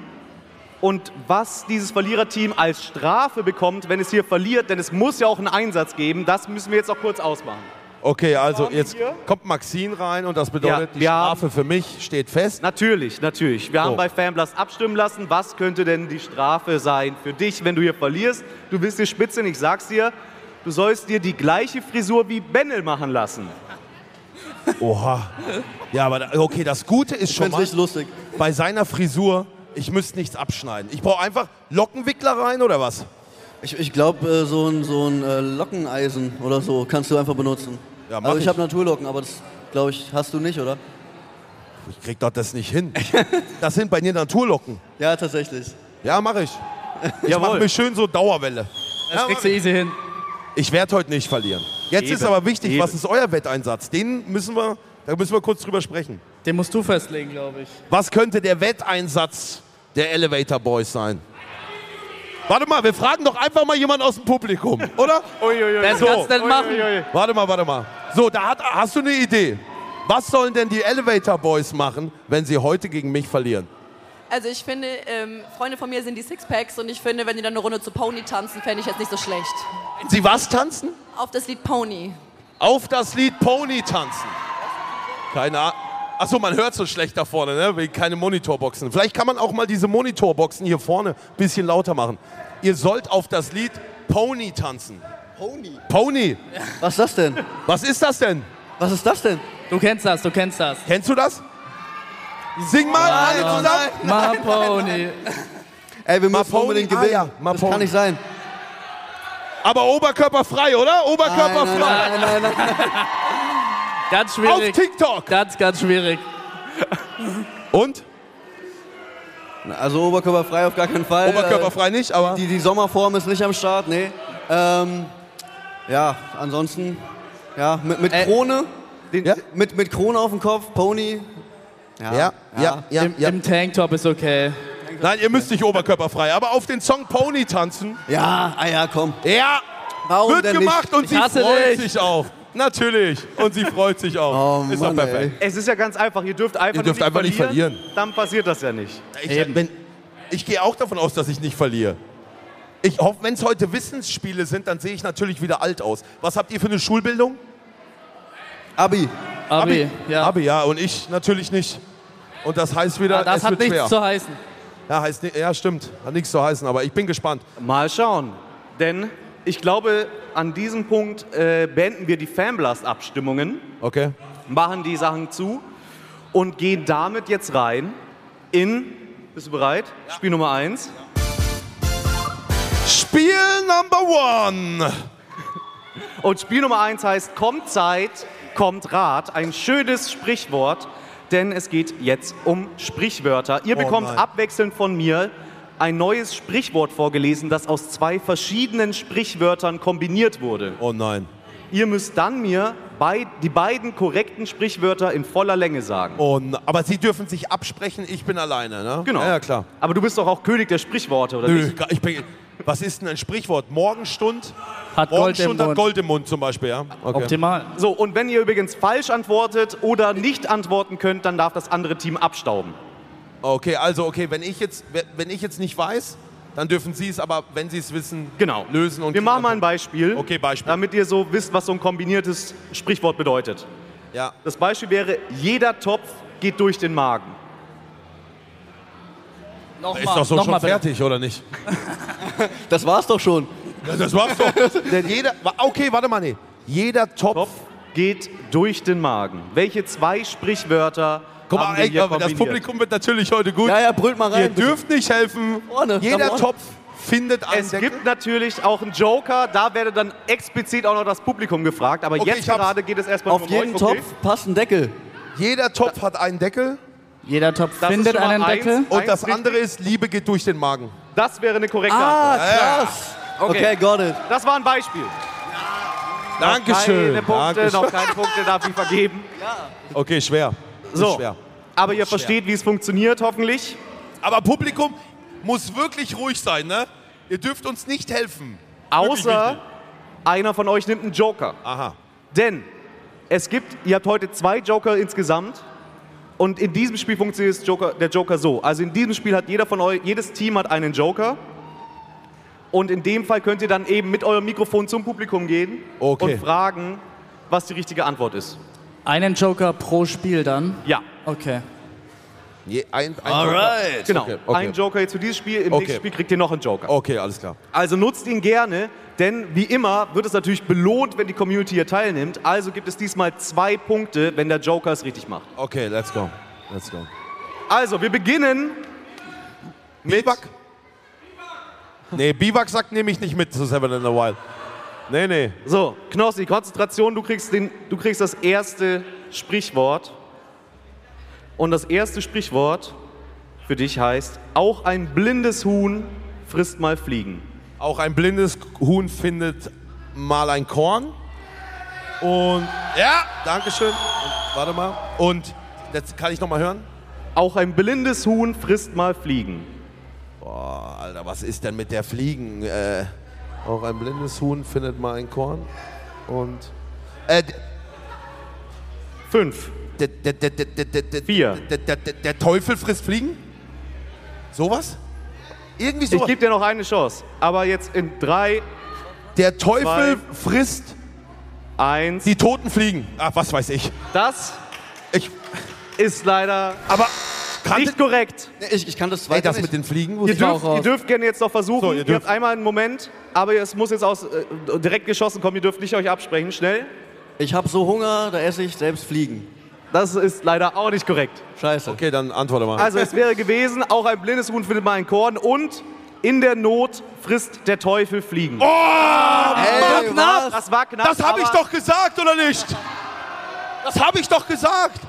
Speaker 5: Und was dieses Verliererteam als Strafe bekommt, wenn es hier verliert, denn es muss ja auch einen Einsatz geben, das müssen wir jetzt noch kurz ausmachen.
Speaker 3: Okay, also
Speaker 5: Frauen
Speaker 3: jetzt
Speaker 5: hier?
Speaker 3: kommt Maxine rein und das bedeutet,
Speaker 5: Ja,
Speaker 3: die
Speaker 5: wir haben-
Speaker 3: Strafe für mich steht fest.
Speaker 5: Natürlich, natürlich. Wir
Speaker 3: So.
Speaker 5: haben bei Fanblast abstimmen lassen, was könnte denn die Strafe sein für dich, wenn du hier verlierst. Du bist die Spitze und ich sag's dir, du sollst dir die gleiche Frisur wie Bennel machen lassen.
Speaker 3: Oha. Ja, aber da, okay, das Gute ist schon
Speaker 7: Find's
Speaker 3: mal,
Speaker 7: nicht lustig.
Speaker 3: bei seiner Frisur, ich müsste nichts abschneiden. Ich brauche einfach Lockenwickler rein oder was?
Speaker 7: Ich, ich glaube, äh, so ein, so ein äh, Lockeneisen oder so kannst du einfach benutzen.
Speaker 3: Ja, mach
Speaker 7: also ich,
Speaker 3: ich.
Speaker 7: habe Naturlocken, aber das, glaube ich, hast du nicht, oder?
Speaker 3: Ich krieg doch das nicht hin. Das sind bei dir Naturlocken.
Speaker 7: Ja, tatsächlich.
Speaker 3: Ja, mache ich. Ich mache
Speaker 5: Jawohl.
Speaker 3: mir schön so Dauerwelle.
Speaker 6: Das kriegst du easy hin.
Speaker 3: Ich werde heute nicht verlieren. Jetzt ist
Speaker 5: Eben,
Speaker 3: aber wichtig,
Speaker 5: eben.
Speaker 3: was ist euer Wetteinsatz? Den müssen wir, da müssen wir kurz drüber sprechen.
Speaker 6: Den musst du festlegen, glaube ich.
Speaker 3: Was könnte der Wetteinsatz der Elevator Boys sein? Warte mal, wir fragen doch einfach mal jemanden aus dem Publikum, oder?
Speaker 5: Uiuiui.
Speaker 6: Wer
Speaker 3: So.
Speaker 6: kann's denn machen?
Speaker 3: Warte mal, warte mal. So, da hat, hast du eine Idee. Was sollen denn die Elevator Boys machen, wenn sie heute gegen mich verlieren?
Speaker 8: Also ich finde, ähm, Freunde von mir sind die Sixpacks und ich finde, wenn die dann eine Runde zu Pony tanzen, fände ich jetzt nicht so schlecht.
Speaker 3: Sie was tanzen?
Speaker 8: Auf das Lied Pony.
Speaker 3: Auf das Lied Pony tanzen. Keine Ahnung. Achso, man hört so schlecht da vorne, ne? wegen keine Monitorboxen. Vielleicht kann man auch mal diese Monitorboxen hier vorne ein bisschen lauter machen. Ihr sollt auf das Lied Pony tanzen.
Speaker 7: Pony.
Speaker 3: Pony,
Speaker 7: Was ist das denn?
Speaker 3: was ist das denn?
Speaker 7: Was ist das denn?
Speaker 6: Du kennst das, du kennst das.
Speaker 3: Kennst du das? Sing mal alle zusammen.
Speaker 6: Ma Pony.
Speaker 7: Ey, wir müssen
Speaker 3: Maponi,
Speaker 7: unbedingt
Speaker 3: ah,
Speaker 7: gewinnen.
Speaker 3: ja,
Speaker 7: das
Speaker 3: Maponi.
Speaker 7: kann nicht sein.
Speaker 3: Aber oberkörperfrei, oder? Oberkörperfrei.
Speaker 7: nein, nein, nein, nein, nein.
Speaker 6: Ganz
Speaker 3: Auf
Speaker 6: schwierig.
Speaker 3: TikTok.
Speaker 6: Ganz, ganz schwierig.
Speaker 3: Und?
Speaker 7: Also oberkörperfrei auf gar keinen Fall.
Speaker 3: Oberkörperfrei nicht, aber.
Speaker 7: Äh, die, die Sommerform ist nicht am Start, nee. Ähm, ja, ansonsten, ja, mit, mit Krone.
Speaker 3: Ja?
Speaker 7: Mit, mit Krone auf dem Kopf, Pony.
Speaker 3: Ja, ja, ja,
Speaker 6: Im, Im Tanktop ist okay.
Speaker 3: Nein, ihr müsst nicht oberkörperfrei, aber auf den Song Pony tanzen.
Speaker 7: Ja, ah ja, komm.
Speaker 3: Ja,
Speaker 7: Warum
Speaker 3: wird
Speaker 7: denn
Speaker 3: gemacht
Speaker 7: nicht?
Speaker 3: und
Speaker 6: Ich
Speaker 3: sie
Speaker 6: hasse
Speaker 3: freut
Speaker 6: dich.
Speaker 3: sich auch. Natürlich. Und sie freut sich auch.
Speaker 7: Oh,
Speaker 3: Ist
Speaker 7: Mann,
Speaker 3: doch perfekt.
Speaker 5: Es ist ja ganz einfach, ihr dürft einfach,
Speaker 3: Ihr dürft
Speaker 5: nicht,
Speaker 3: einfach nicht
Speaker 5: verlieren,
Speaker 3: verlieren.
Speaker 5: Dann passiert das ja nicht.
Speaker 3: Ich, wenn, ich gehe auch davon aus, dass ich nicht verliere. Ich hoffe, wenn es heute Wissensspiele sind, dann sehe ich natürlich wieder alt aus. Was habt ihr für eine Schulbildung?
Speaker 7: Abi.
Speaker 6: Abi, ja.
Speaker 3: Abi, ja, und ich natürlich nicht. Und das heißt wieder,
Speaker 6: Ah, das
Speaker 3: es
Speaker 6: hat
Speaker 3: wird
Speaker 6: nichts
Speaker 3: schwer.
Speaker 6: zu heißen.
Speaker 3: ja, heißt, ni- ja, stimmt. Hat nichts zu heißen, aber ich bin gespannt.
Speaker 5: Mal schauen. Denn ich glaube, an diesem Punkt äh, beenden wir die Fanblast-Abstimmungen.
Speaker 3: Okay.
Speaker 5: machen die Sachen zu und gehen damit jetzt rein in, bist du bereit? Spiel Nummer 1.
Speaker 3: Spiel Number One.
Speaker 5: Und Spiel Nummer 1 heißt, kommt Zeit, kommt Rat. Ein schönes Sprichwort, denn es geht jetzt um Sprichwörter. Ihr bekommt
Speaker 3: nein.
Speaker 5: abwechselnd von mir ein neues Sprichwort vorgelesen, das aus zwei verschiedenen Sprichwörtern kombiniert wurde.
Speaker 3: Oh nein.
Speaker 5: Ihr müsst dann mir bei, die beiden korrekten Sprichwörter in voller Länge sagen.
Speaker 3: Oh, n- aber Sie dürfen sich absprechen, ich bin alleine, ne?
Speaker 5: Genau.
Speaker 3: Ja, ja, klar.
Speaker 5: Aber du bist doch auch König der Sprichworte, oder
Speaker 3: Nö,
Speaker 5: nicht?
Speaker 3: gar- ich bin, Was ist denn ein Sprichwort? Morgenstund?
Speaker 6: Hat Gold im
Speaker 3: Morgenstund hat
Speaker 6: Mund.
Speaker 3: Gold im Mund zum Beispiel, ja? Okay.
Speaker 6: Optimal.
Speaker 5: So, und wenn ihr übrigens falsch antwortet oder nicht antworten könnt, dann darf das andere Team abstauben.
Speaker 3: Okay, also okay, wenn ich jetzt, wenn ich jetzt nicht weiß, dann dürfen Sie es, aber wenn Sie es wissen,
Speaker 5: Genau.
Speaker 3: lösen und
Speaker 5: Wir machen mal ein Beispiel.
Speaker 3: Okay, Beispiel.
Speaker 5: Damit ihr so wisst, was so ein kombiniertes Sprichwort bedeutet.
Speaker 3: Ja.
Speaker 5: Das Beispiel wäre, jeder Topf geht durch den Magen.
Speaker 6: Nochmal,
Speaker 3: Ist doch so
Speaker 6: nochmal
Speaker 3: schon
Speaker 6: bitte.
Speaker 3: fertig, oder nicht?
Speaker 7: Das war's doch schon.
Speaker 3: Ja, das war's doch. Denn jeder, wa- okay, warte mal, nee. Jeder Topf.
Speaker 5: Topf geht durch den Magen. Welche zwei Sprichwörter
Speaker 3: Guck
Speaker 5: haben
Speaker 3: mal,
Speaker 5: wir
Speaker 3: ey,
Speaker 5: hier
Speaker 3: aber das
Speaker 5: kombiniert?
Speaker 3: Publikum wird natürlich heute gut.
Speaker 7: Ja, ja, brüllt mal
Speaker 3: Ihr
Speaker 7: rein. bitte.
Speaker 3: dürft nicht helfen.
Speaker 7: Vorne, da
Speaker 3: Jeder
Speaker 7: vorne.
Speaker 3: Topf findet einen
Speaker 5: Es
Speaker 3: Deckel.
Speaker 5: gibt natürlich auch einen Joker, da werde dann explizit auch noch das Publikum gefragt, aber
Speaker 3: Okay,
Speaker 5: jetzt
Speaker 3: ich hab's.
Speaker 5: gerade geht es erstmal
Speaker 7: Auf
Speaker 5: um
Speaker 7: jeden
Speaker 5: euch. Okay.
Speaker 7: Topf passt ein Deckel.
Speaker 3: Jeder Topf hat einen Deckel
Speaker 6: Jeder Topf
Speaker 5: Das ist
Speaker 6: findet
Speaker 5: schon mal
Speaker 6: einen
Speaker 5: eins.
Speaker 6: Deckel.
Speaker 3: und
Speaker 5: Eins
Speaker 3: das
Speaker 5: richtig.
Speaker 3: andere ist, Liebe geht durch den Magen.
Speaker 5: Das wäre eine korrekte
Speaker 7: Ah,
Speaker 5: Antwort.
Speaker 7: krass. Okay, got it.
Speaker 5: Das war ein Beispiel. Keine Punkte, noch keine Punkte darf ich vergeben.
Speaker 3: Okay, schwer. Ist
Speaker 5: So.
Speaker 3: Oh, Schwer.
Speaker 5: Aber ihr versteht, wie es funktioniert, hoffentlich.
Speaker 3: Aber Publikum muss wirklich ruhig sein, ne? Ihr dürft uns nicht helfen.
Speaker 5: Außer einer von euch nimmt einen Joker.
Speaker 3: Aha.
Speaker 5: Denn es gibt, ihr habt heute zwei Joker insgesamt. Und in diesem Spiel funktioniert das Joker, der Joker so. Also in diesem Spiel hat jeder von euch, jedes Team hat einen Joker. Und in dem Fall könnt ihr dann eben mit eurem Mikrofon zum Publikum gehen
Speaker 3: Okay.
Speaker 5: und fragen, was die richtige Antwort ist.
Speaker 6: Einen Joker pro Spiel dann.
Speaker 5: Ja,
Speaker 6: Okay.
Speaker 3: Je, ein, ein
Speaker 5: genau.
Speaker 3: Okay, okay.
Speaker 5: Ein Joker jetzt für dieses Spiel, im
Speaker 3: Okay.
Speaker 5: nächsten Spiel kriegt ihr noch einen Joker.
Speaker 3: Okay, alles klar.
Speaker 5: Also nutzt ihn gerne, denn wie immer wird es natürlich belohnt, wenn die Community hier teilnimmt. Also gibt es diesmal zwei Punkte, wenn der Joker es richtig macht.
Speaker 3: Okay, let's go. Let's go.
Speaker 5: Also, wir beginnen
Speaker 3: Biwak? Nee, Biwak sagt nämlich nicht mit zu Seven in the Wild. Nee, nee.
Speaker 5: So, Knossi, Konzentration, du kriegst, den, du kriegst das erste Sprichwort. Und das erste Sprichwort für dich heißt, auch ein blindes Huhn frisst mal Fliegen.
Speaker 3: Auch ein blindes Huhn findet mal ein Korn. Und ja, Dankeschön. Und, warte mal. Und das kann ich noch mal hören?
Speaker 5: Auch ein blindes Huhn frisst mal Fliegen.
Speaker 3: Boah, Alter, was ist denn mit der Fliegen? Äh, auch ein blindes Huhn findet mal ein Korn. Und äh,
Speaker 5: Fünf.
Speaker 3: der, der, der, der, der, der, der,
Speaker 5: Vier.
Speaker 3: Der, der, der, der Teufel frisst Fliegen? Sowas? Irgendwie
Speaker 5: Ich
Speaker 3: sowas.
Speaker 5: gebe dir noch eine Chance. Aber jetzt in drei,
Speaker 3: Der Teufel frisst
Speaker 5: eins.
Speaker 3: die toten Fliegen. Ach, was weiß ich.
Speaker 5: Das
Speaker 3: ich
Speaker 5: ist leider
Speaker 3: aber kannte,
Speaker 5: nicht korrekt.
Speaker 7: Ich, ich kann das
Speaker 3: ey,
Speaker 7: zweite
Speaker 3: das
Speaker 7: nicht.
Speaker 3: mit den Fliegen?
Speaker 5: Ihr
Speaker 3: wusste
Speaker 5: dürft,
Speaker 6: raus.
Speaker 5: ihr dürft gerne jetzt noch versuchen.
Speaker 3: So, ihr
Speaker 5: ihr,
Speaker 3: dürft.
Speaker 5: habt einmal einen Moment, aber es muss jetzt aus äh, direkt geschossen kommen. Ihr dürft nicht euch absprechen. Schnell.
Speaker 7: Ich hab so Hunger, da esse ich selbst Fliegen.
Speaker 5: Das ist leider auch nicht korrekt.
Speaker 7: Scheiße.
Speaker 3: Okay, dann antworte mal.
Speaker 5: Also es wäre gewesen, auch ein blindes Huhn findet mal ein Korn und in der Not frisst der Teufel Fliegen. Oh,
Speaker 7: Ey, was?
Speaker 5: das war knapp.
Speaker 3: das habe ich
Speaker 5: aber
Speaker 3: doch gesagt, oder nicht? Das habe ich doch gesagt.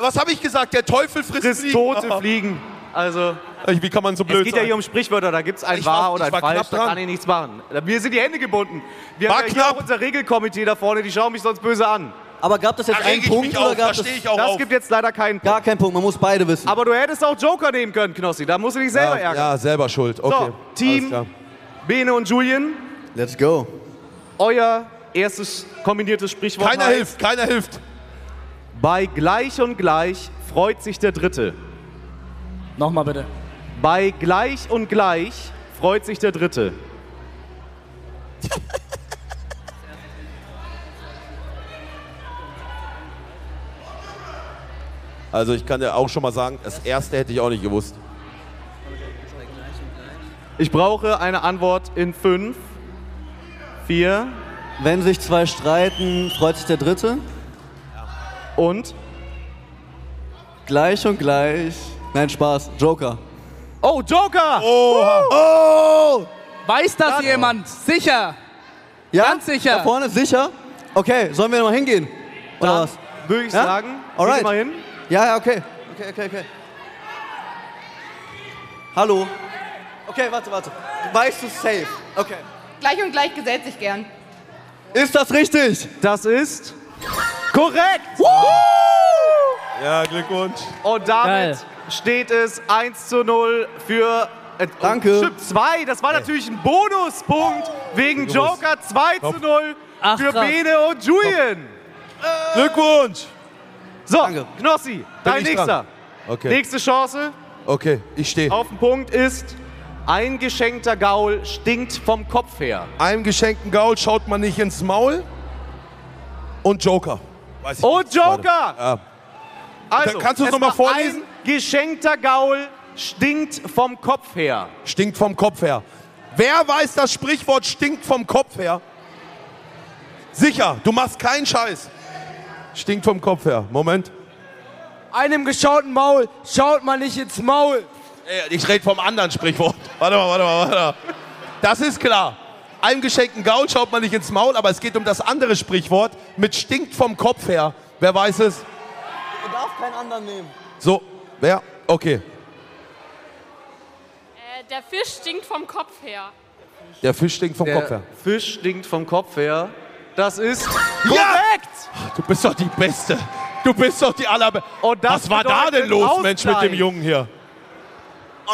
Speaker 3: Was habe ich gesagt? Der Teufel frisst,
Speaker 5: frisst
Speaker 3: Fliegen.
Speaker 5: tote Fliegen. Also
Speaker 3: Ey, Wie kann man so
Speaker 5: es
Speaker 3: blöd
Speaker 5: geht ja
Speaker 3: sein?
Speaker 5: hier um Sprichwörter. Da gibt es ein
Speaker 3: Ich
Speaker 5: wahr
Speaker 3: war- ich
Speaker 5: oder ein
Speaker 3: war
Speaker 5: falsch.
Speaker 3: knapp
Speaker 5: Da
Speaker 3: dran.
Speaker 5: kann ich nichts machen. Mir sind die Hände gebunden. Wir
Speaker 3: War
Speaker 5: haben ja hier
Speaker 3: knapp.
Speaker 5: auch unser Regelkomitee da vorne. Die schauen mich sonst böse an.
Speaker 7: Aber gab das
Speaker 3: da
Speaker 7: jetzt einen
Speaker 3: reg ich
Speaker 7: Punkt
Speaker 3: mich
Speaker 7: oder
Speaker 3: auf, da
Speaker 7: gab das
Speaker 3: stehe ich auch
Speaker 5: Das
Speaker 3: auf.
Speaker 5: gibt jetzt leider keinen Punkt.
Speaker 7: gar keinen Punkt? Man muss beide wissen.
Speaker 5: Aber du hättest auch Joker nehmen können, Knossi. Da musst du dich selber
Speaker 3: ja,
Speaker 5: ärgern.
Speaker 3: ja, selber schuld. Okay.
Speaker 5: Team.
Speaker 3: Alles klar.
Speaker 5: Bene und Julien,
Speaker 7: Let's go.
Speaker 5: euer erstes kombiniertes Sprichwort.
Speaker 3: Keiner
Speaker 5: heißt,
Speaker 3: hilft, keiner hilft.
Speaker 5: Bei gleich und gleich freut sich der Dritte.
Speaker 6: Nochmal bitte.
Speaker 5: Bei gleich und gleich freut sich der Dritte.
Speaker 3: Also ich kann dir auch schon mal sagen, das erste hätte ich auch nicht gewusst.
Speaker 5: Ich brauche eine Antwort in fünf, vier
Speaker 7: Wenn sich zwei streiten, freut sich der Dritte.
Speaker 5: und.
Speaker 7: Gleich und gleich. Nein, Spaß. Joker.
Speaker 5: Oh, Joker!
Speaker 6: Weiß das jemand? Sicher.
Speaker 7: Ja?
Speaker 6: Ganz sicher.
Speaker 7: Da vorne, sicher? Okay, sollen wir nochmal hingehen? Oder
Speaker 5: Dann
Speaker 7: was?
Speaker 5: würde ich
Speaker 7: Ja?
Speaker 5: sagen,
Speaker 7: Alright.
Speaker 5: geht mal hin.
Speaker 7: Ja, ja, okay. Okay, okay, okay. Hallo. Okay, warte, warte. Weißt du safe? Okay.
Speaker 2: Gleich und gleich gesellt sich gern.
Speaker 7: Ist das richtig?
Speaker 5: Das ist korrekt!
Speaker 3: Ja, Glückwunsch.
Speaker 5: Und damit
Speaker 6: Geil.
Speaker 5: steht es 1 zu 0 für Äh, oh,
Speaker 7: Danke.
Speaker 5: Stimmt, zwei. Das war natürlich ein Bonuspunkt wegen Joker 2 zu 0
Speaker 6: Ach,
Speaker 5: für
Speaker 6: krass.
Speaker 5: Bene und Julian.
Speaker 3: Glückwunsch!
Speaker 5: So,
Speaker 7: Danke.
Speaker 5: Knossi, dein
Speaker 3: ich
Speaker 5: nächster.
Speaker 3: dran? Okay.
Speaker 5: Nächste Chance
Speaker 3: Okay, ich stehe.
Speaker 5: auf den Punkt ist, ein geschenkter Gaul stinkt vom Kopf her.
Speaker 3: Einem geschenkten Gaul schaut man nicht ins Maul. Und Joker. Weiß ich
Speaker 5: Und
Speaker 3: nicht, das zweite.
Speaker 5: Joker!
Speaker 3: Ja.
Speaker 5: Also,
Speaker 3: Dann kannst du es noch
Speaker 5: war
Speaker 3: mal vorlesen?
Speaker 5: Ein geschenkter Gaul stinkt vom Kopf her.
Speaker 3: Stinkt vom Kopf her. Wer weiß das Sprichwort stinkt vom Kopf her? Sicher, du machst keinen Scheiß. Stinkt vom Kopf her. Moment.
Speaker 9: Einem geschauten Maul schaut man nicht ins Maul.
Speaker 3: Äh, Ich rede vom anderen Sprichwort. Warte mal, warte mal, warte mal. Das ist klar. Einem geschenkten Gaul schaut man nicht ins Maul, aber es geht um das andere Sprichwort mit stinkt vom Kopf her. Wer weiß es?
Speaker 7: Ihr darf keinen anderen nehmen.
Speaker 3: So, wer? Okay.
Speaker 10: der Fisch stinkt vom Kopf her.
Speaker 3: Der Fisch stinkt vom Kopf her.
Speaker 5: Fisch stinkt vom Kopf her. Das ist
Speaker 3: Korrekt! Du bist doch die Beste. Du bist doch die Allerbeste.
Speaker 5: Und das
Speaker 3: Was war da
Speaker 5: bedeutet
Speaker 3: denn los, Mensch, mit dem
Speaker 5: Ausgleich.
Speaker 3: Jungen hier?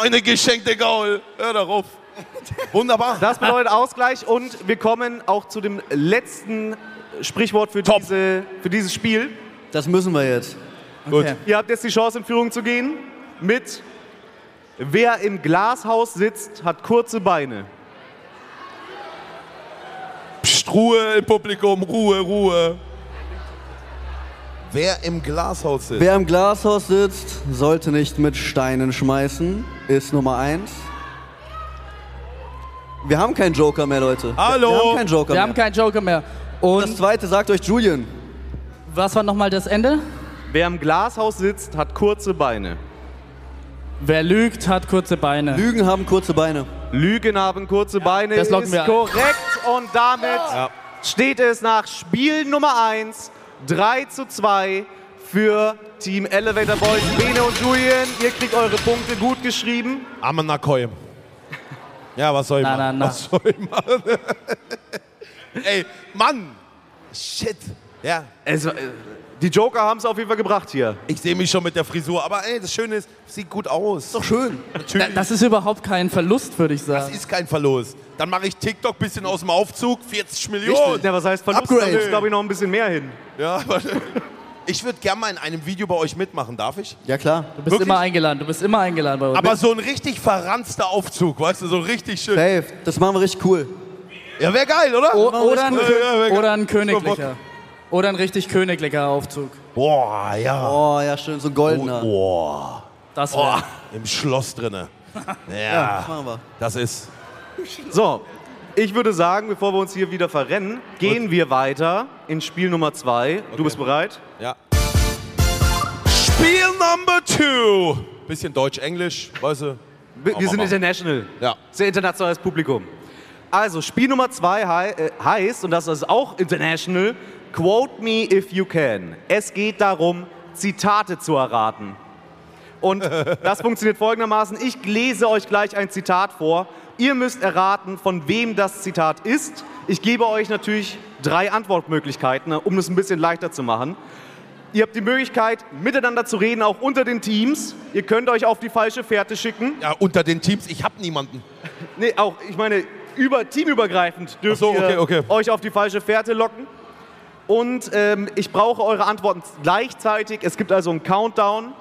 Speaker 3: Eine geschenkte Gaul. Hör darauf. Wunderbar.
Speaker 5: Das bedeutet Ausgleich und wir kommen auch zu dem letzten Sprichwort für,
Speaker 3: Top.
Speaker 5: diese, für dieses Spiel.
Speaker 7: Das müssen wir jetzt.
Speaker 3: Gut.
Speaker 5: Ihr habt jetzt die Chance, in Führung zu gehen mit Wer im Glashaus sitzt, hat kurze Beine.
Speaker 3: Psst, Ruhe im Publikum. Ruhe, Ruhe. Wer im Glashaus sitzt.
Speaker 7: Wer im Glashaus sitzt, sollte nicht mit Steinen schmeißen. Ist Nummer eins. Wir haben keinen Joker mehr, Leute.
Speaker 3: Hallo.
Speaker 7: Wir haben keinen Joker
Speaker 6: Wir
Speaker 7: mehr.
Speaker 6: haben keinen Joker mehr.
Speaker 7: das
Speaker 6: Und
Speaker 7: zweite sagt euch Julian.
Speaker 6: was war nochmal das Ende?
Speaker 5: Wer im Glashaus sitzt, hat kurze Beine.
Speaker 6: Wer lügt, hat kurze Beine.
Speaker 7: Lügen haben kurze Beine.
Speaker 5: Lügen haben kurze Beine
Speaker 6: das locken
Speaker 5: ist
Speaker 6: wir ein.
Speaker 5: korrekt und damit steht es nach Spiel Nummer 1 3 zu 2 für Team Elevator Boys Bene und Julian. Ihr kriegt eure Punkte gut geschrieben.
Speaker 3: Amanakoyim. Ja, was soll ich
Speaker 6: Na,
Speaker 3: machen?
Speaker 6: na, na.
Speaker 3: Was soll ich machen? Ey, Mann. Shit. Ja,
Speaker 5: Es, war- äh, die Joker haben es auf jeden Fall gebracht hier.
Speaker 3: ich sehe mich schon mit der Frisur. Aber ey, das Schöne ist, sieht gut aus.
Speaker 7: Doch schön.
Speaker 3: Natürlich.
Speaker 6: Das ist überhaupt kein Verlust, würde ich
Speaker 3: Das
Speaker 6: sagen.
Speaker 3: ist kein Verlust. Dann mache ich TikTok bisschen aus dem Aufzug, 40
Speaker 5: Oh,
Speaker 3: Millionen.
Speaker 5: ja, was heißt Verlust?
Speaker 7: Upgrade.
Speaker 5: Da ist, glaube ich, noch ein bisschen mehr hin.
Speaker 3: Ja, aber- ich würde gerne mal in einem Video bei euch mitmachen, darf ich?
Speaker 7: Ja klar.
Speaker 6: Du bist
Speaker 3: Wirklich?
Speaker 6: immer eingeladen, du bist immer eingeladen bei uns.
Speaker 3: Aber so ein richtig verranzter Aufzug, weißt du, so richtig schön.
Speaker 7: Dave, das machen wir richtig cool.
Speaker 3: Ja, wäre geil, oder?
Speaker 6: O oder, ein,
Speaker 3: Ja, ja, wär
Speaker 6: Kö-
Speaker 3: geil.
Speaker 6: oder ein
Speaker 3: So
Speaker 6: königlicher.
Speaker 3: Bock.
Speaker 6: Oder ein richtig königlicher Aufzug.
Speaker 3: Boah, ja.
Speaker 7: Oh ja, schön, so ein
Speaker 6: ne?
Speaker 7: goldener.
Speaker 3: Oh, Boah.
Speaker 6: Das
Speaker 3: Boah.
Speaker 6: wär.
Speaker 3: Im Schloss drinne. Ja,
Speaker 7: Das machen wir.
Speaker 3: das ist.
Speaker 5: So, ich würde sagen, bevor wir uns hier wieder verrennen, gehen wir weiter in Spiel Nummer 2. Du bist bereit?
Speaker 3: Ja. Spiel Number Two. Bisschen Deutsch-Englisch, weißt du?
Speaker 5: Wir, wir sind
Speaker 3: Machen wir.
Speaker 5: international.
Speaker 3: Ja.
Speaker 5: Sehr internationales Publikum. Also, Spiel Nummer 2 hei äh, heißt, und das ist auch international, Quote me if you can. Es geht darum, Zitate zu erraten. Und das funktioniert folgendermaßen. Ich lese euch gleich ein Zitat vor. Ihr müsst erraten, von wem das Zitat ist. Ich gebe euch natürlich drei Antwortmöglichkeiten, ne, um es ein bisschen leichter zu machen. Ihr habt die Möglichkeit, miteinander zu reden, auch unter den Teams. Ihr könnt euch auf die falsche Fährte schicken.
Speaker 3: Ja, unter den Teams, ich hab niemanden.
Speaker 5: Nee, auch, ich meine, über, teamübergreifend dürft
Speaker 3: Ach so, okay,
Speaker 5: ihr
Speaker 3: okay.
Speaker 5: euch auf die falsche Fährte locken. Und ähm, ich brauche eure Antworten gleichzeitig. Es gibt also einen Countdown.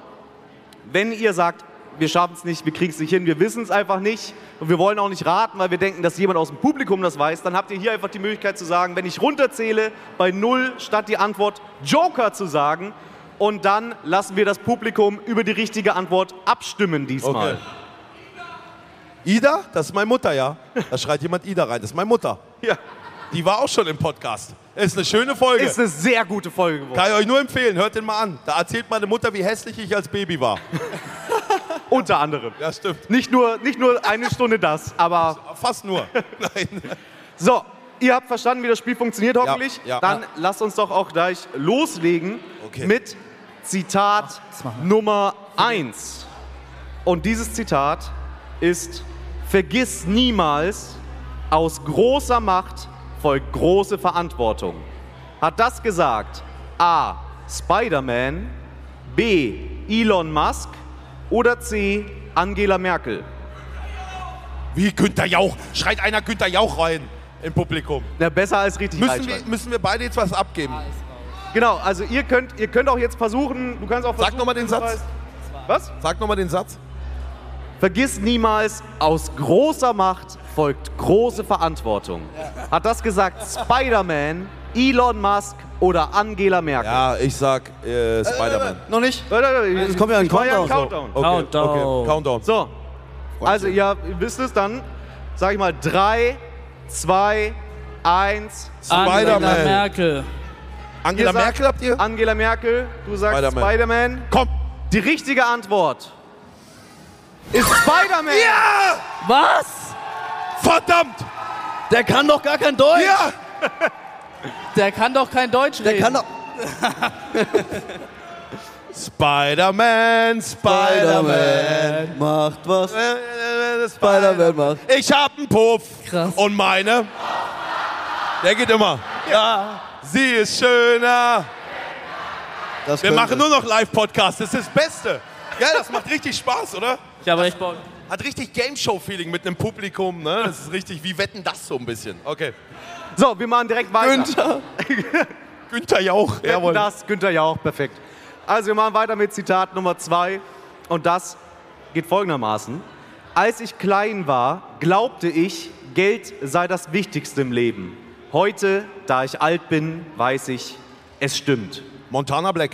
Speaker 5: Wenn ihr sagt, wir schaffen es nicht, wir kriegen es nicht hin, wir wissen es einfach nicht und wir wollen auch nicht raten, weil wir denken, dass jemand aus dem Publikum das weiß, dann habt ihr hier einfach die Möglichkeit zu sagen, wenn ich runterzähle, bei Null statt die Antwort Joker zu sagen. Und dann lassen wir das Publikum über die richtige Antwort abstimmen diesmal.
Speaker 3: Okay. Ida, das ist meine Mutter, ja. Da schreit jemand Ida rein. Das ist meine Mutter.
Speaker 5: Ja.
Speaker 3: Die war auch schon im Podcast. Ist eine schöne Folge.
Speaker 5: Ist eine sehr gute Folge geworden.
Speaker 3: Kann ich euch nur empfehlen. Hört den mal an. Da erzählt meine Mutter, wie hässlich ich als Baby war.
Speaker 5: Unter anderem.
Speaker 3: Ja, stimmt.
Speaker 5: Nicht nur, nicht nur eine Stunde das, aber
Speaker 3: Fast nur. Nein.
Speaker 5: so. Ihr habt verstanden, wie das Spiel funktioniert, hoffentlich.
Speaker 3: ja.
Speaker 5: Dann
Speaker 3: Ja.
Speaker 5: lasst uns doch auch gleich loslegen
Speaker 3: Okay.
Speaker 5: mit Zitat
Speaker 6: machen wir.
Speaker 5: Nummer 1. Und dieses Zitat ist: Vergiss niemals, aus großer Macht folgt große Verantwortung. Hat das gesagt A. Spider-Man, B. Elon Musk oder C. Angela Merkel?
Speaker 3: Wie Günther Jauch. Schreit einer Günther Jauch rein im Publikum.
Speaker 5: Na, besser als richtig
Speaker 3: Müssen wir,
Speaker 5: reinschreien.
Speaker 3: müssen wir beide jetzt was abgeben?
Speaker 5: Genau, also ihr könnt, ihr könnt auch jetzt versuchen, du kannst auch versuchen...
Speaker 3: Sag nochmal den Satz.
Speaker 5: Was?
Speaker 3: Sag nochmal den Satz.
Speaker 5: Vergiss niemals, aus großer Macht folgt große Verantwortung. Hat das gesagt Spider-Man, Elon Musk oder Angela Merkel?
Speaker 3: Ja, ich sag äh, Spider-Man.
Speaker 7: Noch nicht?
Speaker 5: Es
Speaker 7: kommt ja ein Countdown.
Speaker 5: Countdown.
Speaker 6: Countdown.
Speaker 3: Countdown.
Speaker 5: So, also
Speaker 3: sich.
Speaker 5: ihr wisst es dann, sag ich mal, 3, 2, 1.
Speaker 6: Angela
Speaker 3: Spider-Man.
Speaker 6: Merkel.
Speaker 3: Angela
Speaker 5: sagt-
Speaker 3: Merkel habt ihr?
Speaker 5: Angela Merkel, du sagst
Speaker 3: Spider-Man.
Speaker 5: Spider-Man.
Speaker 3: Komm!
Speaker 5: Die richtige Antwort ist Spider-Man.
Speaker 3: Ja!
Speaker 6: Was?
Speaker 3: Verdammt!
Speaker 7: Der kann doch gar kein Deutsch.
Speaker 3: Ja!
Speaker 6: Der kann doch kein Deutsch reden.
Speaker 7: Der kann doch.
Speaker 3: Spider-Man, Spider-Man.
Speaker 7: Macht was.
Speaker 3: Äh, äh,
Speaker 7: Spider-Man macht.
Speaker 3: Ich hab einen Puff.
Speaker 6: Krass.
Speaker 3: Und meine? Der geht immer. Ja, sie ist schöner.
Speaker 7: Das
Speaker 3: Wir
Speaker 7: könnte-
Speaker 3: machen nur noch Live-Podcasts. Das ist das Beste. Ja, das macht richtig Spaß, oder?
Speaker 6: Ich habe echt Bock.
Speaker 3: Hat richtig Game-Show-Feeling mit einem Publikum. Ne? Das ist richtig, wie wetten das so ein bisschen. Okay.
Speaker 5: So, wir machen direkt weiter.
Speaker 3: Günther. Günther Jauch.
Speaker 5: Jawohl.
Speaker 3: Jawohl.
Speaker 5: Das, Günther Jauch, perfekt. Also wir machen weiter mit Zitat Nummer zwei. Und das geht folgendermaßen. Als ich klein war, glaubte ich, Geld sei das Wichtigste im Leben. Heute, da ich alt bin, weiß ich, es stimmt.
Speaker 3: Montana Black,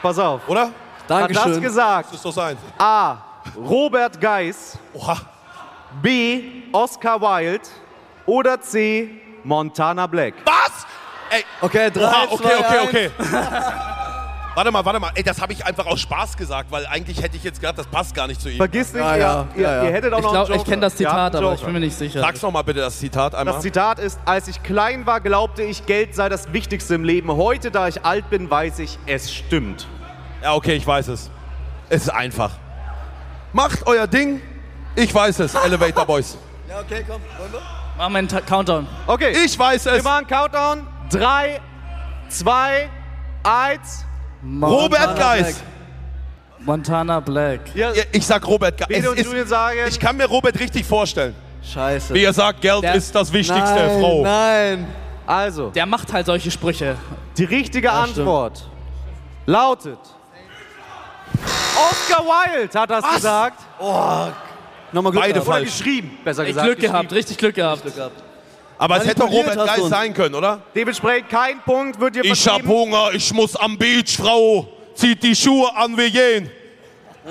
Speaker 5: Pass auf.
Speaker 3: oder?
Speaker 5: Hat das
Speaker 7: Dankeschön.
Speaker 5: gesagt
Speaker 3: Das ist doch sein.
Speaker 5: A. Robert Geis,
Speaker 3: Oha.
Speaker 5: B. Oscar Wilde oder C. Montana Black?
Speaker 3: Was? Ey,
Speaker 7: Okay, drei,
Speaker 3: Oha, Ah, okay,
Speaker 7: zwei,
Speaker 3: okay,
Speaker 7: eins.
Speaker 3: okay. Warte mal, warte mal. Ey, das habe ich einfach aus Spaß gesagt, weil eigentlich hätte ich jetzt gedacht, das passt gar nicht zu ihm.
Speaker 5: Vergiss nicht,
Speaker 7: Ja, ja,
Speaker 5: ihr,
Speaker 7: ja, ja.
Speaker 5: Ihr, ihr hättet auch
Speaker 6: Ich,
Speaker 5: noch einen
Speaker 6: glaub, ich
Speaker 5: Joker.
Speaker 6: kenne das
Speaker 5: Ihr habt
Speaker 6: Zitat,
Speaker 5: einen
Speaker 6: aber ich
Speaker 5: Joker.
Speaker 6: bin mir nicht sicher.
Speaker 3: Sag's noch mal bitte das Zitat einmal.
Speaker 5: Das Zitat ist, als ich klein war, glaubte ich, Geld sei das Wichtigste im Leben. Heute, da ich alt bin, weiß ich, es stimmt.
Speaker 3: ja, okay, ich weiß es. Es ist einfach. Macht euer Ding. Ich weiß es, Elevator Boys.
Speaker 7: Ja, okay, komm. Wollen wir?
Speaker 6: Machen wir einen Ta- Countdown.
Speaker 5: Okay,
Speaker 3: Ich weiß
Speaker 5: wir
Speaker 3: es.
Speaker 5: machen Countdown. Drei, zwei, eins.
Speaker 3: Robert Geis.
Speaker 6: Montana Black.
Speaker 5: Ihr,
Speaker 3: Ja, Ich sag Robert Geis.
Speaker 5: Bede und
Speaker 3: Es
Speaker 5: Julian
Speaker 3: ist,
Speaker 5: sagen,
Speaker 3: ich kann mir Robert richtig vorstellen.
Speaker 7: Scheiße.
Speaker 3: Wie er sagt, Geld
Speaker 6: Der-
Speaker 3: ist das Wichtigste,
Speaker 7: nein,
Speaker 3: Frau.
Speaker 7: nein.
Speaker 5: also,
Speaker 6: Der macht halt solche Sprüche.
Speaker 5: die richtige
Speaker 7: stimmt.
Speaker 5: Antwort lautet... Oscar Wilde hat das
Speaker 3: Was?
Speaker 5: gesagt.
Speaker 7: Nochmal
Speaker 3: Beide
Speaker 7: Glück gehabt.
Speaker 5: Oder
Speaker 3: falsch.
Speaker 5: geschrieben, besser
Speaker 6: Echt
Speaker 5: gesagt.
Speaker 6: Glück
Speaker 5: geschrieben.
Speaker 6: gehabt, richtig Glück gehabt.
Speaker 3: Aber es hätte doch
Speaker 7: Manipuliert
Speaker 3: Robert
Speaker 7: hast du
Speaker 3: Geis
Speaker 7: uns.
Speaker 3: sein können, oder?
Speaker 5: Dementsprechend kein Punkt wird dir
Speaker 3: Ich hab
Speaker 5: vergeben.
Speaker 3: Hunger, ich muss am Beach, Frau. Zieht die Schuhe an, wir gehen.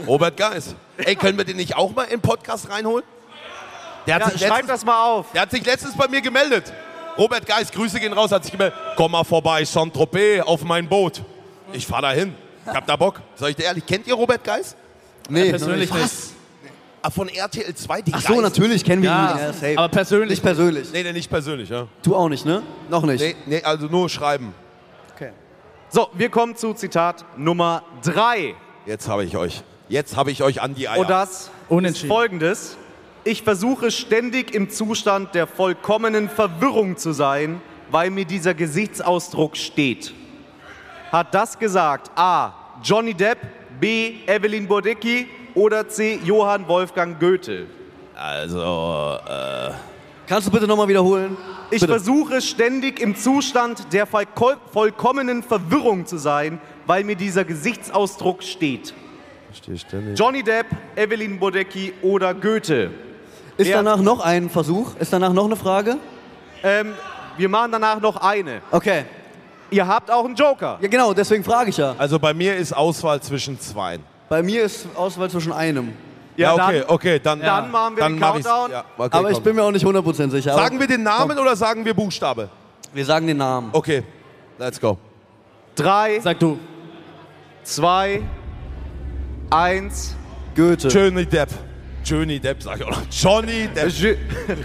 Speaker 3: Robert Geis. Ey, können wir den nicht auch mal im Podcast reinholen? Der hat,
Speaker 5: Ja,
Speaker 3: sich
Speaker 5: schreib
Speaker 3: letztens,
Speaker 5: das mal auf.
Speaker 3: der hat sich letztens bei mir gemeldet. Robert Geis, Grüße gehen raus, hat sich gemeldet. Komm mal vorbei, Saint-Tropez, auf mein Boot. Ich fahr da hin. Ich hab da Bock. Sag ich dir ehrlich, kennt ihr Robert Geis?
Speaker 7: Nee,
Speaker 6: Persönlich nicht.
Speaker 3: Ah, von RTL 2, die
Speaker 7: Ach so, natürlich kennen wir ihn.
Speaker 6: Ja,
Speaker 7: Ja, safe.
Speaker 6: aber persönlich.
Speaker 7: nicht persönlich.
Speaker 3: Nee, nee, nicht persönlich, ja.
Speaker 7: Du auch nicht, ne? Noch nicht.
Speaker 3: Nee, nee, also nur schreiben.
Speaker 5: So, wir kommen zu Zitat Nummer 3.
Speaker 3: Jetzt habe ich euch. Jetzt habe ich euch an die Eier.
Speaker 5: Und das ist
Speaker 6: Unentschieden.
Speaker 5: folgendes. Ich versuche ständig im Zustand der vollkommenen Verwirrung zu sein, weil mir dieser Gesichtsausdruck steht. Hat das gesagt A. Johnny Depp, B. Evelyn Bodecki oder C. Johann Wolfgang Goethe?
Speaker 3: also, äh,
Speaker 7: Kannst du bitte nochmal wiederholen?
Speaker 5: Ich
Speaker 7: Bitte.
Speaker 5: versuche ständig im Zustand der vollko- vollkommenen Verwirrung zu sein, weil mir dieser Gesichtsausdruck steht.
Speaker 3: stehe ständig.
Speaker 5: Johnny Depp, Evelyn Bodecki oder Goethe?
Speaker 7: Ist
Speaker 5: Ja.
Speaker 7: danach noch ein Versuch? Ist danach noch eine Frage?
Speaker 5: Ähm, wir machen danach noch eine.
Speaker 7: Okay.
Speaker 5: Ihr habt auch einen Joker.
Speaker 7: Ja, genau, deswegen frage ich ja.
Speaker 3: Also bei mir ist Auswahl zwischen zwei.
Speaker 7: Bei mir ist Auswahl zwischen einem.
Speaker 3: Ja,
Speaker 5: dann-
Speaker 3: okay, okay, dann,
Speaker 5: dann machen wir den
Speaker 3: mach ich's.
Speaker 5: Countdown.
Speaker 3: Ja, okay,
Speaker 7: aber ich
Speaker 3: komm.
Speaker 7: bin mir auch nicht 100% sicher. aber-
Speaker 3: Sagen wir den Namen oder sagen wir Buchstabe?
Speaker 7: Wir sagen den Namen.
Speaker 3: Okay, let's go. Oh.
Speaker 5: Drei,
Speaker 6: Sag du.
Speaker 5: zwei, eins.
Speaker 7: Goethe.
Speaker 3: Johnny Depp. Johnny Depp, sag ich auch noch. Johnny Depp.
Speaker 5: Je-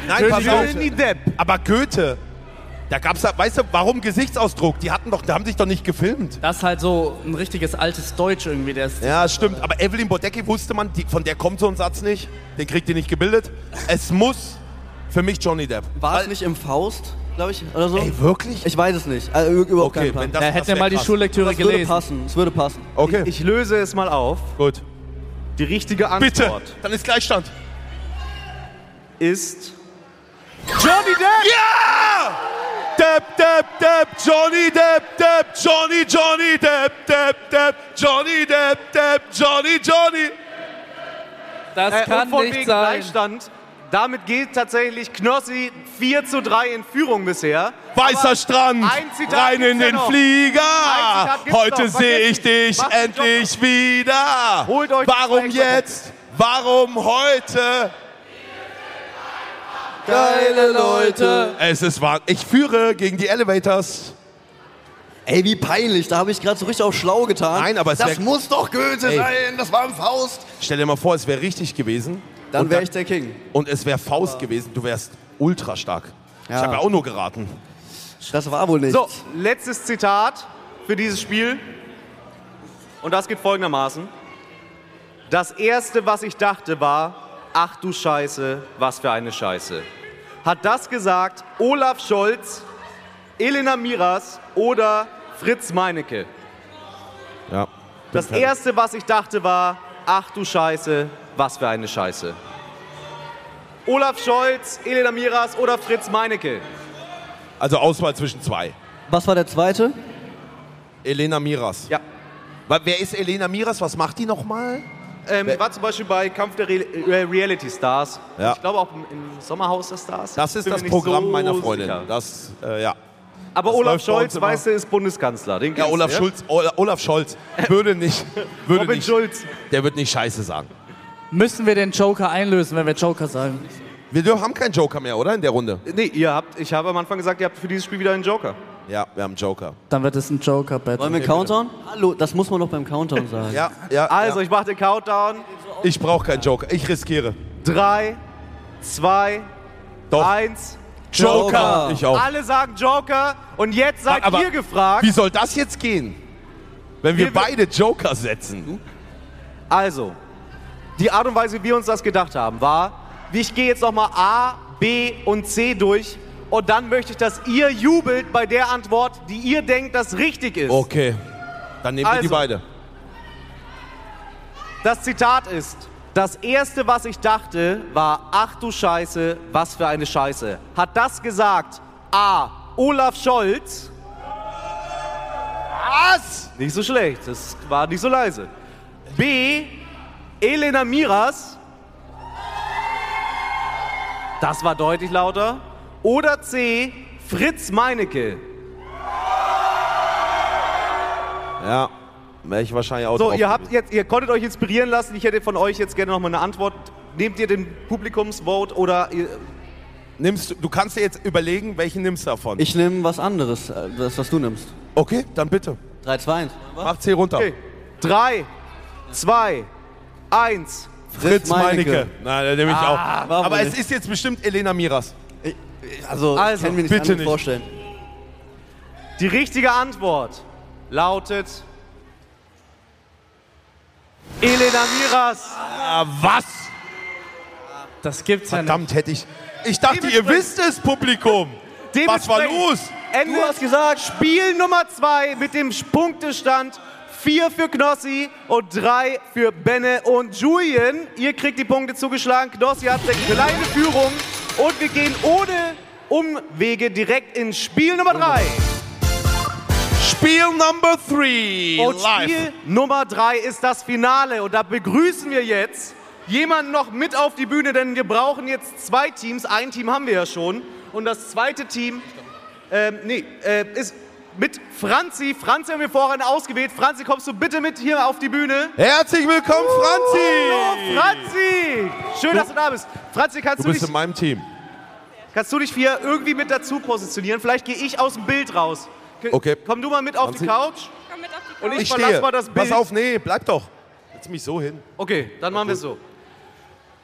Speaker 3: Nein, pass
Speaker 5: Johnny
Speaker 3: auf.
Speaker 5: Depp.
Speaker 3: Aber Goethe, da gab's da, weißt du, warum Gesichtsausdruck? Die hatten doch, da haben sich doch nicht gefilmt.
Speaker 6: Das ist halt so ein richtiges altes Deutsch irgendwie. Der ist
Speaker 3: Ja, stimmt. Aber Evelyn Bodecki wusste man, die, von der kommt so ein Satz nicht. Den kriegt ihr nicht gebildet. Es muss für mich Johnny Depp.
Speaker 7: War es nicht im Faust, glaube ich, oder so?
Speaker 3: Ey, wirklich?
Speaker 7: ich weiß es nicht. Also, ü- überhaupt
Speaker 3: Okay,
Speaker 7: keinen Plan.
Speaker 3: wenn das, Oh.
Speaker 6: da
Speaker 3: das
Speaker 6: hätten wir
Speaker 3: wär
Speaker 6: mal die
Speaker 3: krass.
Speaker 6: Schullektüre
Speaker 7: es würde
Speaker 6: gelesen.
Speaker 7: passen. Es würde passen.
Speaker 3: Okay,
Speaker 5: Ich löse es mal auf.
Speaker 3: gut.
Speaker 5: Die richtige Antwort.
Speaker 3: Bitte, dann ist Gleichstand.
Speaker 5: ist
Speaker 3: Johnny Depp! Ja! Depp, Depp, Depp, Johnny Depp, Depp, Johnny, Johnny, Depp, Depp, Depp, Johnny Depp, Depp, Johnny, Johnny.
Speaker 6: Das
Speaker 5: äh, und
Speaker 6: kann
Speaker 5: von
Speaker 6: nicht
Speaker 5: wegen
Speaker 6: sein.
Speaker 5: Gleichstand. Damit geht tatsächlich Knossi 4 zu 3 in Führung bisher.
Speaker 3: Weißer
Speaker 5: Aber
Speaker 3: Strand,
Speaker 5: ein Zitat
Speaker 3: rein in
Speaker 5: gibt's ja
Speaker 3: den
Speaker 5: noch. Ein
Speaker 3: Flieger.
Speaker 5: Zitat gibt's
Speaker 3: Heute
Speaker 5: noch.
Speaker 3: sehe ich
Speaker 5: Vergesst
Speaker 3: dich
Speaker 5: nicht. Macht den Job
Speaker 3: endlich wieder.
Speaker 5: Holt euch die
Speaker 3: Warum
Speaker 5: zwei
Speaker 3: jetzt? Warum heute?
Speaker 7: Geile Leute.
Speaker 3: Es ist wahr. Ich führe gegen die Elevators.
Speaker 7: Ey, wie peinlich. Da habe ich gerade so richtig auf schlau getan.
Speaker 3: Nein, aber es
Speaker 7: Das
Speaker 3: wär-
Speaker 7: muss doch Goethe
Speaker 3: Ey.
Speaker 7: sein. Das war im Faust.
Speaker 3: Stell dir mal vor, es wäre richtig gewesen.
Speaker 7: Dann
Speaker 3: Und
Speaker 7: wäre ich der King.
Speaker 3: Und es wäre Faust gewesen. Du wärst ultra stark. Ich
Speaker 7: Ja.
Speaker 3: habe ja auch nur geraten.
Speaker 7: Das war wohl nicht.
Speaker 5: So, letztes Zitat für dieses Spiel. Und das geht folgendermaßen. Das erste, was ich dachte, war, ach du Scheiße, was für eine Scheiße. Hat das gesagt Olaf Scholz, Elena Miras oder Fritz Meinecke?
Speaker 3: Ja.
Speaker 5: Das erste, was ich dachte, war, ach du Scheiße, was für eine Scheiße. Olaf Scholz, Elena Miras oder Fritz Meinecke?
Speaker 3: Also Auswahl zwischen zwei.
Speaker 7: Was war der zweite?
Speaker 3: Elena Miras.
Speaker 5: Ja.
Speaker 3: Wa- Wer ist Elena Miras? Was macht die nochmal?
Speaker 5: Ähm,
Speaker 3: Wer-
Speaker 5: war zum Beispiel bei Kampf der Re äh, Reality Stars.
Speaker 3: Ja.
Speaker 5: Ich glaube auch im, im Sommerhaus der Stars.
Speaker 3: Das ist
Speaker 5: Bin mir
Speaker 3: das
Speaker 5: nicht
Speaker 3: Programm
Speaker 5: so
Speaker 3: meiner Freundin.
Speaker 5: sicher.
Speaker 3: Das, äh, ja.
Speaker 5: Aber
Speaker 3: das läuft
Speaker 5: Olaf
Speaker 3: bei uns
Speaker 5: Scholz,
Speaker 3: immer.
Speaker 5: weißt du, ist Bundeskanzler. Den
Speaker 3: Ja,
Speaker 5: kennst
Speaker 3: Olaf
Speaker 5: du,
Speaker 3: Schulz, Ola- Olaf Scholz würde nicht, würde
Speaker 5: Robin
Speaker 3: nicht,
Speaker 5: Schulz.
Speaker 3: der wird nicht Scheiße sagen.
Speaker 6: Müssen wir den Joker einlösen, wenn wir Joker sagen?
Speaker 3: Wir dür- haben keinen Joker mehr, oder? In der Runde.
Speaker 5: Nee, ihr habt, ich habe am Anfang gesagt, ihr habt für dieses Spiel wieder einen Joker.
Speaker 3: Ja, wir haben Joker.
Speaker 6: Dann wird es ein Joker-Battle.
Speaker 7: Wollen wir einen Countdown? Hallo, das muss man doch beim Countdown sagen.
Speaker 3: Ja, ja.
Speaker 5: Also,
Speaker 3: ja.
Speaker 5: ich mache den Countdown.
Speaker 3: ich brauche keinen Joker. Ich riskiere.
Speaker 5: Drei, zwei,
Speaker 3: Doch.
Speaker 5: eins.
Speaker 3: Joker. Ich auch.
Speaker 5: Alle sagen Joker und jetzt seid
Speaker 3: Aber
Speaker 5: ihr gefragt.
Speaker 3: Wie soll das jetzt gehen? Wenn wir,
Speaker 5: Wir-
Speaker 3: beide Joker setzen.
Speaker 5: Also, die Art und Weise, wie wir uns das gedacht haben, war, wie ich gehe jetzt nochmal A, B und C durch und dann möchte ich, dass ihr jubelt bei der Antwort, die ihr denkt, dass richtig ist.
Speaker 3: Okay. Dann nehmen wir die
Speaker 5: Also.
Speaker 3: beide.
Speaker 5: Das Zitat ist, das Erste, was ich dachte, war, ach du Scheiße, was für eine Scheiße. Hat das gesagt A, Olaf Scholz? Was? Nicht so schlecht, das war nicht so leise. B, Elena Miras? Das war deutlich lauter. Oder C, Fritz Meinecke?
Speaker 3: Ja. Wäre ich wahrscheinlich auch
Speaker 5: So,
Speaker 3: drauf
Speaker 5: ihr habt
Speaker 3: gewesen.
Speaker 5: jetzt, ihr konntet euch inspirieren lassen. Ich hätte von euch jetzt gerne nochmal eine Antwort. Nehmt ihr den Publikumsvote oder äh, ihr,
Speaker 3: Nimmst, du- du kannst dir jetzt überlegen, welchen nimmst du davon.
Speaker 7: Ich nehme was anderes, äh, das, was du nimmst.
Speaker 3: okay, dann bitte.
Speaker 7: 3, 2, 1.
Speaker 3: Mach C runter.
Speaker 5: okay. drei, zwei, eins.
Speaker 3: Fritz
Speaker 7: Meinecke.
Speaker 3: Meinecke. Nein, den nehme ich
Speaker 5: Ah,
Speaker 3: auch.
Speaker 7: warum
Speaker 3: Aber es
Speaker 7: nicht?
Speaker 3: ist jetzt bestimmt Elena Miras.
Speaker 7: Also,
Speaker 5: Also,
Speaker 7: ich kann mir nicht
Speaker 3: bitte
Speaker 7: anders
Speaker 3: nicht.
Speaker 7: vorstellen.
Speaker 5: Die richtige Antwort lautet Elena Miras.
Speaker 3: Ah, was?
Speaker 6: Das gibt's ja nicht.
Speaker 3: Verdammt, hätte ich. Ich dachte, ihr
Speaker 5: Dementsprechend-
Speaker 3: wisst es, Publikum. Was war
Speaker 5: Dementsprechend
Speaker 3: los?
Speaker 5: Ende
Speaker 7: Du hast gesagt,
Speaker 5: Spiel Nummer zwei mit dem Punktestand 4 für Knossi und 3 für Benne und Julian. Ihr kriegt die Punkte zugeschlagen. Knossi hat eine kleine Führung und wir gehen ohne Umwege direkt in Spiel Nummer 3.
Speaker 3: Spiel Number 3.
Speaker 5: Und Oh, Spiel Nummer 3 ist das Finale und da begrüßen wir jetzt jemanden noch mit auf die Bühne, denn wir brauchen jetzt zwei Teams. Ein Team haben wir ja schon und das zweite Team ähm, nee, äh, ist mit Franzi. Franzi haben wir vorhin ausgewählt. Franzi, kommst du bitte mit hier auf die Bühne?
Speaker 3: Herzlich willkommen, Franzi.
Speaker 5: Franzi! Schön, dass du da bist. Oh, Franzi, kannst
Speaker 3: Du
Speaker 5: du,
Speaker 3: bist
Speaker 5: dich,
Speaker 3: in meinem Team.
Speaker 5: kannst du dich hier irgendwie mit dazu positionieren? Vielleicht gehe ich aus dem Bild raus. K-
Speaker 3: Okay.
Speaker 5: Komm du mal mit auf
Speaker 3: Franzi?
Speaker 5: die Couch.
Speaker 10: Komm mit auf die Couch.
Speaker 5: Und ich,
Speaker 3: Ich
Speaker 5: verlass
Speaker 3: stehe.
Speaker 5: mal das Bild.
Speaker 3: Pass auf, nee, bleib doch. Setz mich so hin.
Speaker 5: Okay, dann machen wir es so.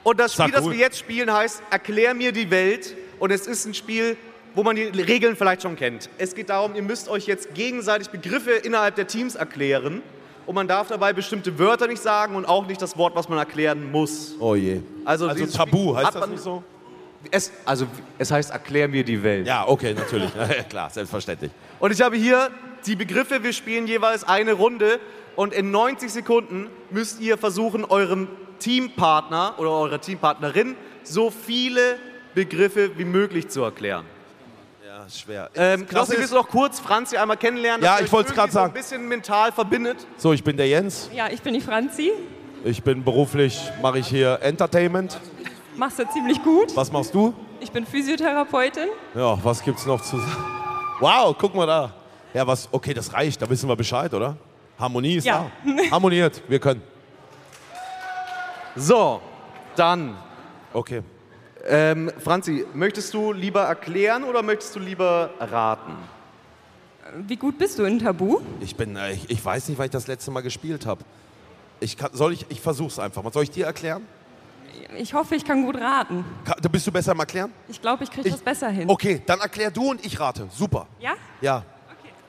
Speaker 5: Und das
Speaker 3: Sag
Speaker 5: Spiel, das
Speaker 3: gut.
Speaker 5: wir jetzt spielen, heißt Erklär mir die Welt. Und es ist ein Spiel, wo man die Regeln vielleicht schon kennt. Es geht darum, ihr müsst euch jetzt gegenseitig Begriffe innerhalb der Teams erklären. Und man darf dabei bestimmte Wörter nicht sagen und auch nicht das Wort, was man erklären muss.
Speaker 3: Oh je.
Speaker 5: Also,
Speaker 3: Also
Speaker 5: dieses
Speaker 3: Tabu,
Speaker 5: Spiel
Speaker 3: heißt
Speaker 5: hat
Speaker 3: das
Speaker 5: man-
Speaker 3: nicht so?
Speaker 5: Es, also es heißt Erklär mir die Welt.
Speaker 3: Ja, okay, natürlich. Klar, selbstverständlich.
Speaker 5: Und ich habe hier die Begriffe, wir spielen jeweils eine Runde und in 90 Sekunden müsst ihr versuchen, eurem Teampartner oder eurer Teampartnerin so viele Begriffe wie möglich zu erklären.
Speaker 4: Ja, ist schwer.
Speaker 5: Ähm, Knossi,
Speaker 3: ist-
Speaker 5: willst du noch kurz Franzi einmal kennenlernen?
Speaker 3: Ja,
Speaker 5: dass ihr
Speaker 3: ich
Speaker 5: euch
Speaker 3: wollt's grad
Speaker 5: irgendwie so
Speaker 3: sagen.
Speaker 5: ein bisschen mental verbindet.
Speaker 3: So, ich bin der Jens.
Speaker 10: Ja, ich bin die Franzi.
Speaker 3: Ich bin beruflich, mache ich hier Entertainment.
Speaker 10: Mach's ja ziemlich gut.
Speaker 3: Was machst du?
Speaker 10: Ich bin Physiotherapeutin.
Speaker 3: Ja, was gibt's noch zu sagen? Wow, guck mal da. Ja, was, okay, das reicht, da wissen wir Bescheid, oder? Harmonie ist
Speaker 10: Ja.
Speaker 3: da. Harmoniert, wir können.
Speaker 5: So, dann,
Speaker 3: Okay.
Speaker 5: ähm, Franzi, möchtest du lieber erklären oder möchtest du lieber raten?
Speaker 10: Wie gut bist du in Tabu?
Speaker 3: Ich bin, äh, ich, ich weiß nicht, weil ich das letzte Mal gespielt habe. Ich kann, soll ich, ich versuch's einfach mal. Soll ich dir erklären?
Speaker 10: Ich hoffe, ich kann gut raten.
Speaker 3: Ka- da bist du besser im Erklären?
Speaker 10: Ich glaube, ich kriege das besser hin.
Speaker 3: Okay, dann erklär du und ich rate. Super.
Speaker 10: Ja?
Speaker 3: Ja.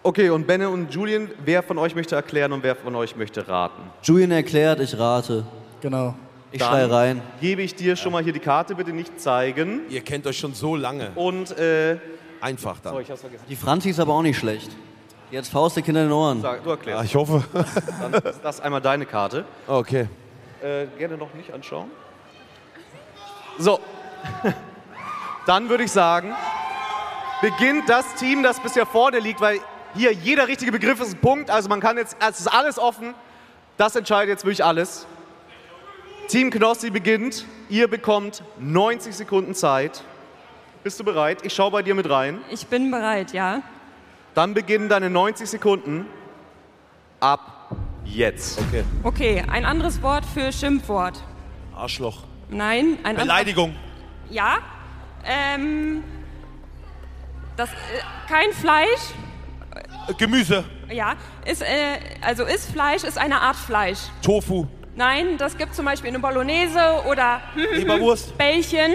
Speaker 5: Okay, und Benne und Julian, wer von euch möchte erklären und wer von euch möchte raten?
Speaker 7: Julian erklärt, ich rate.
Speaker 6: Genau.
Speaker 7: Ich
Speaker 5: Dann-
Speaker 7: schrei rein.
Speaker 5: Gebe ich dir schon mal hier die Karte, bitte nicht zeigen.
Speaker 3: Ihr kennt euch schon so lange.
Speaker 5: Und, äh,
Speaker 3: Einfach dann.
Speaker 5: ich hab's vergessen.
Speaker 7: Die Franzi ist aber auch nicht schlecht. Die hat Faust der Kinder in den Ohren.
Speaker 5: Sag, du erklärst.
Speaker 3: Ah, ich hoffe.
Speaker 5: Dann ist das einmal deine Karte.
Speaker 3: Okay.
Speaker 5: Äh, gerne noch nicht anschauen. So. Dann würde ich sagen, beginnt das Team, das bisher vor dir liegt, weil hier jeder richtige Begriff ist ein Punkt. Also man kann jetzt, es ist alles offen. Das entscheidet jetzt wirklich alles. Team Knossi beginnt. Ihr bekommt 90 Sekunden Zeit. Bist du bereit? Ich schaue bei dir mit rein.
Speaker 10: Ich bin bereit, ja?
Speaker 5: Dann beginnen deine 90 Sekunden ab jetzt.
Speaker 3: Okay.
Speaker 10: Okay, ein anderes Wort für Schimpfwort.
Speaker 3: Arschloch.
Speaker 10: Nein, ein anderes.
Speaker 3: Beleidigung.
Speaker 10: Ja? Ähm. Das. Äh, kein Fleisch.
Speaker 3: Äh, Gemüse.
Speaker 10: Ja, ist, äh, also ist Fleisch, ist eine Art Fleisch.
Speaker 3: Tofu.
Speaker 10: Nein, das gibt zum Beispiel eine Bolognese oder
Speaker 3: Leberwurst.
Speaker 10: Bällchen,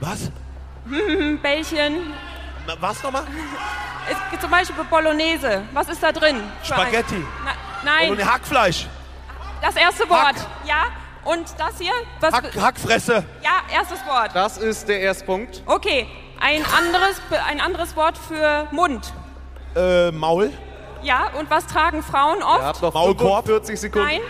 Speaker 3: Was?
Speaker 10: Bällchen.
Speaker 3: Na, Was nochmal?
Speaker 10: Es gibt zum Beispiel Bolognese. Was ist da drin? für ein-
Speaker 3: Spaghetti.
Speaker 10: Na, nein,
Speaker 3: Und Hackfleisch.
Speaker 10: das erste Wort. Ja, und das hier? Was,
Speaker 3: Hack, Hackfresse.
Speaker 10: ja, erstes Wort.
Speaker 5: Das ist der Erstpunkt.
Speaker 10: Okay, ein anderes, Be- ein anderes Wort für Mund.
Speaker 3: Äh, Maul.
Speaker 10: Ja, und was tragen Frauen
Speaker 5: Ihr habt
Speaker 10: oft?
Speaker 5: noch
Speaker 3: Maulkorb.
Speaker 5: 45 Sekunden.
Speaker 10: Nein,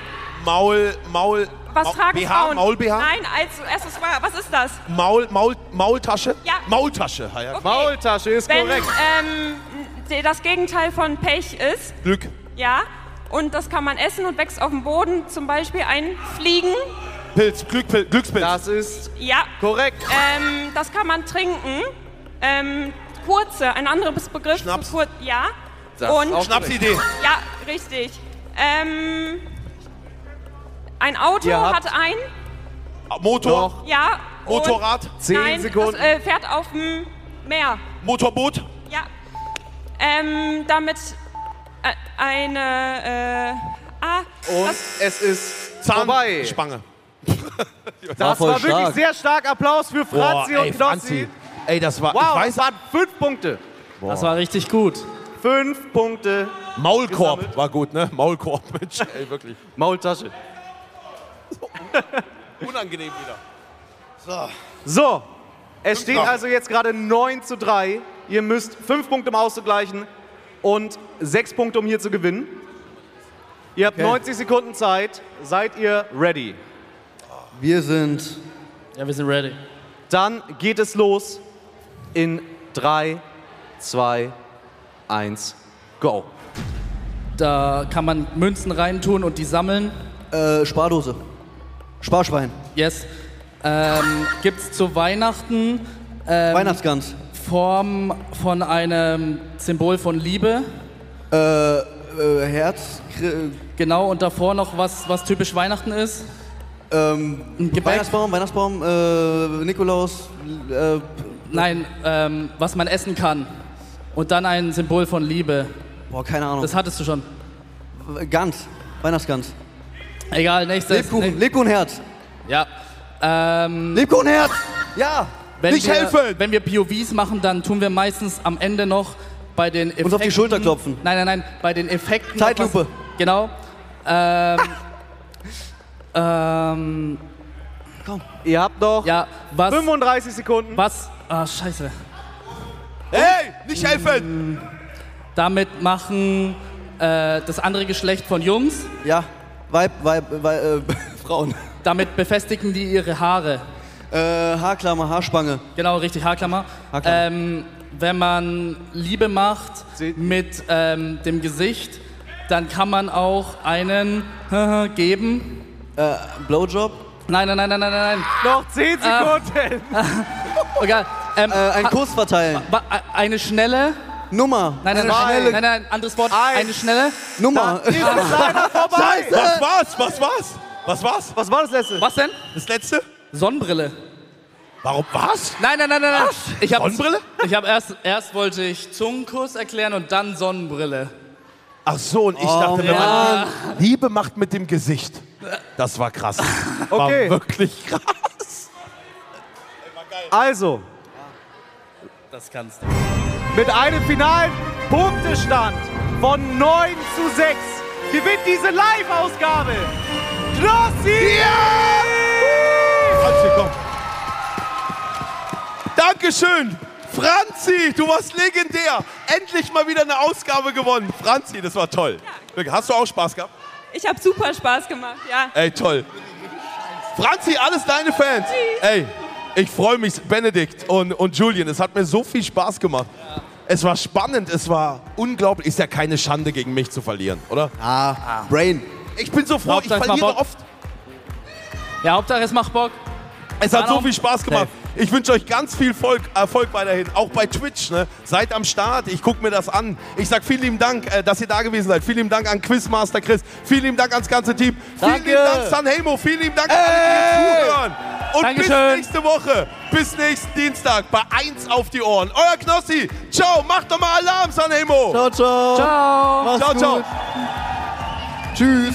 Speaker 3: Maul, Maul.
Speaker 10: was
Speaker 3: Maul-
Speaker 10: tragen
Speaker 3: BH,
Speaker 10: Frauen?
Speaker 3: Maul, BH.
Speaker 10: Nein, als erstes Wort. Was ist das?
Speaker 3: Maul, Maul, Maultasche.
Speaker 10: Ja.
Speaker 3: Maultasche. Ah, ja.
Speaker 10: Okay.
Speaker 5: Maultasche ist
Speaker 10: Wenn
Speaker 5: korrekt.
Speaker 10: ähm, d- das Gegenteil von Pech ist,
Speaker 3: Glück.
Speaker 10: ja, und das kann man essen und wächst auf dem Boden, zum Beispiel ein Fliegen,
Speaker 3: Pilz, Glück, Pil- Glückspilz.
Speaker 5: Das ist
Speaker 10: ja,
Speaker 5: korrekt.
Speaker 10: ähm, das kann man trinken, ähm, kurze, ein anderes Begriff
Speaker 3: Schnaps.
Speaker 10: für kurz, ja,
Speaker 5: Das
Speaker 10: und,
Speaker 5: auch
Speaker 3: Schnapsidee.
Speaker 10: ja, richtig, ähm, ein Auto
Speaker 5: Ihr habt-
Speaker 10: hat ein,
Speaker 3: Motor.
Speaker 5: Noch
Speaker 10: ja, und-
Speaker 3: Motorrad.
Speaker 5: Zehn
Speaker 10: nein,
Speaker 5: Sekunden.
Speaker 10: das äh, fährt auf dem Meer,
Speaker 3: Motorboot.
Speaker 10: Ja. Ähm, damit äh, eine. Äh, ah,
Speaker 5: Und
Speaker 10: das,
Speaker 5: es ist vorbei.
Speaker 3: Zahnspange.
Speaker 5: Das war,
Speaker 7: voll
Speaker 5: wirklich
Speaker 7: stark.
Speaker 5: sehr stark. Applaus für Franzi
Speaker 3: Boah,
Speaker 5: und Knossi.
Speaker 3: Franzi. Ey, das war.
Speaker 5: Wow,
Speaker 3: ich
Speaker 5: das
Speaker 3: weiß,
Speaker 5: waren fünf Punkte.
Speaker 6: Das war richtig gut.
Speaker 5: Fünf Punkte.
Speaker 3: Maulkorb
Speaker 5: gesammelt.
Speaker 3: war gut, ne? Maulkorb, Mensch. Ey, wirklich.
Speaker 5: Maultasche.
Speaker 3: Unangenehm wieder.
Speaker 5: So, es steht
Speaker 3: noch.
Speaker 5: also jetzt gerade 9 zu 3. Ihr müsst fünf Punkte, um auszugleichen und sechs Punkte, um hier zu gewinnen. Ihr habt 90 Sekunden Zeit. Seid ihr ready?
Speaker 7: Wir sind
Speaker 6: Ja, wir sind ready.
Speaker 5: Dann geht es los in 3, 2, 1, go.
Speaker 6: Da kann man Münzen reintun und die sammeln.
Speaker 7: äh, Spardose. Sparschwein.
Speaker 6: Yes. Ähm, gibt's zu Weihnachten Ähm.
Speaker 7: Weihnachtsgans.
Speaker 6: Form von einem Symbol von Liebe.
Speaker 7: Äh, Herz. Kr-
Speaker 6: Genau, und davor noch was, was typisch Weihnachten ist.
Speaker 7: Ähm,
Speaker 6: Ein Gebäck.
Speaker 7: Weihnachtsbaum, Weihnachtsbaum, äh, Nikolaus. Äh,
Speaker 6: Nein, ähm, was man essen kann. Und dann ein Symbol von Liebe.
Speaker 7: boah, keine Ahnung.
Speaker 6: Das hattest du schon.
Speaker 7: Gans. Weihnachtsgans.
Speaker 6: Egal, nächstes.
Speaker 7: Lebkuchen. Lebkuchenherz.
Speaker 6: Ja. Ähm,
Speaker 7: Lebkuchenherz. Ja.
Speaker 6: wenn
Speaker 3: Nicht
Speaker 6: wir,
Speaker 3: helfen!
Speaker 6: Wenn wir POVs machen, dann tun wir meistens am Ende noch bei den Effekten...
Speaker 7: Uns auf die Schulter klopfen.
Speaker 6: Nein, nein, nein. Bei den Effekten... noch
Speaker 7: Zeitlupe.
Speaker 6: Was, genau. Ähm, ähm,
Speaker 5: Ihr habt noch
Speaker 6: ja, was...
Speaker 5: 35 Sekunden.
Speaker 6: Was... Ah, scheiße.
Speaker 3: Hey, nicht helfen!
Speaker 6: Damit machen äh, das andere Geschlecht von Jungs.
Speaker 7: Ja. Weib, Weib, Weib äh, Frauen.
Speaker 6: Damit befestigen die ihre Haare.
Speaker 7: Äh, Haarklammer, Haarspange.
Speaker 6: Genau, richtig, Haarklammer.
Speaker 7: Haarklammer.
Speaker 6: Ähm, wenn man Liebe macht
Speaker 5: Sie-
Speaker 6: mit ähm, dem Gesicht, dann kann man auch einen geben.
Speaker 7: Blowjob.
Speaker 6: Nein, nein, nein, nein, nein, nein.
Speaker 5: Noch 10 Sekunden.
Speaker 6: Egal. Ähm,
Speaker 7: Äh, einen
Speaker 6: ha-
Speaker 7: Kuss verteilen.
Speaker 6: ba- a- Eine schnelle.
Speaker 7: Nummer.
Speaker 6: Nein, nein,
Speaker 7: Eine
Speaker 6: nein,
Speaker 7: schnelle
Speaker 6: nein, nein, anderes Wort.
Speaker 5: Eins.
Speaker 6: Eine schnelle.
Speaker 7: Nummer.
Speaker 3: Was war's? Was war's? Was war's?
Speaker 5: Was war das letzte?
Speaker 6: Was denn?
Speaker 3: Das letzte?
Speaker 6: Sonnenbrille.
Speaker 3: Warum was?
Speaker 6: Nein, nein, nein, nein. nein. Ich hab,
Speaker 3: Sonnenbrille?
Speaker 6: Ich habe erst, erst wollte ich Zungenkuss erklären und dann Sonnenbrille.
Speaker 3: Ach so, und ich dachte, wenn man Liebe macht mit dem Gesicht. Das war krass. War
Speaker 5: Okay.
Speaker 3: wirklich krass.
Speaker 5: Also,
Speaker 6: Das kannst du.
Speaker 5: mit einem finalen Punktestand von 9 zu 6 gewinnt diese Live-Ausgabe Knossi!
Speaker 3: Franzi, komm. Dankeschön. Franzi, du warst legendär. Endlich mal wieder eine Ausgabe gewonnen. Franzi, das war toll. Wirklich, Hast du auch Spaß gehabt?
Speaker 10: Ich habe super Spaß gemacht, ja.
Speaker 3: Ey, toll. Franzi, alles deine Fans. Ey, ich freue mich, Benedikt und, und Julian. Es hat mir so viel Spaß gemacht. Es war spannend, es war unglaublich. Ist ja keine Schande, gegen mich zu verlieren, oder?
Speaker 7: Ah, Brain.
Speaker 3: Ich bin so froh, ich
Speaker 6: Hauptsache, es macht
Speaker 3: verliere
Speaker 6: Bock.
Speaker 3: oft.
Speaker 6: Ja, Hauptsache es macht Bock.
Speaker 3: Es hat
Speaker 6: Kann
Speaker 3: so
Speaker 6: auch-
Speaker 3: viel Spaß gemacht. Ich wünsche euch ganz viel Volk, Erfolg weiterhin, auch bei Twitch. Ne? Seid am Start, ich gucke mir das an. Ich sag vielen lieben Dank, äh, dass ihr da gewesen seid. Vielen lieben Dank an Quizmaster Chris. Vielen lieben Dank ans ganze Team. Vielen
Speaker 7: Danke.
Speaker 3: lieben Dank Sanhemo. Vielen lieben Dank an alle, die zuhören. Und bis
Speaker 6: Dankeschön.
Speaker 3: nächste Woche, bis nächsten Dienstag bei 1 auf die Ohren. Euer Knossi. Ciao, macht doch mal Alarm, Sanhemo.
Speaker 7: Ciao, ciao.
Speaker 6: Ciao.
Speaker 7: Mach's
Speaker 3: Ciao, ciao.
Speaker 7: gut. Tschüss.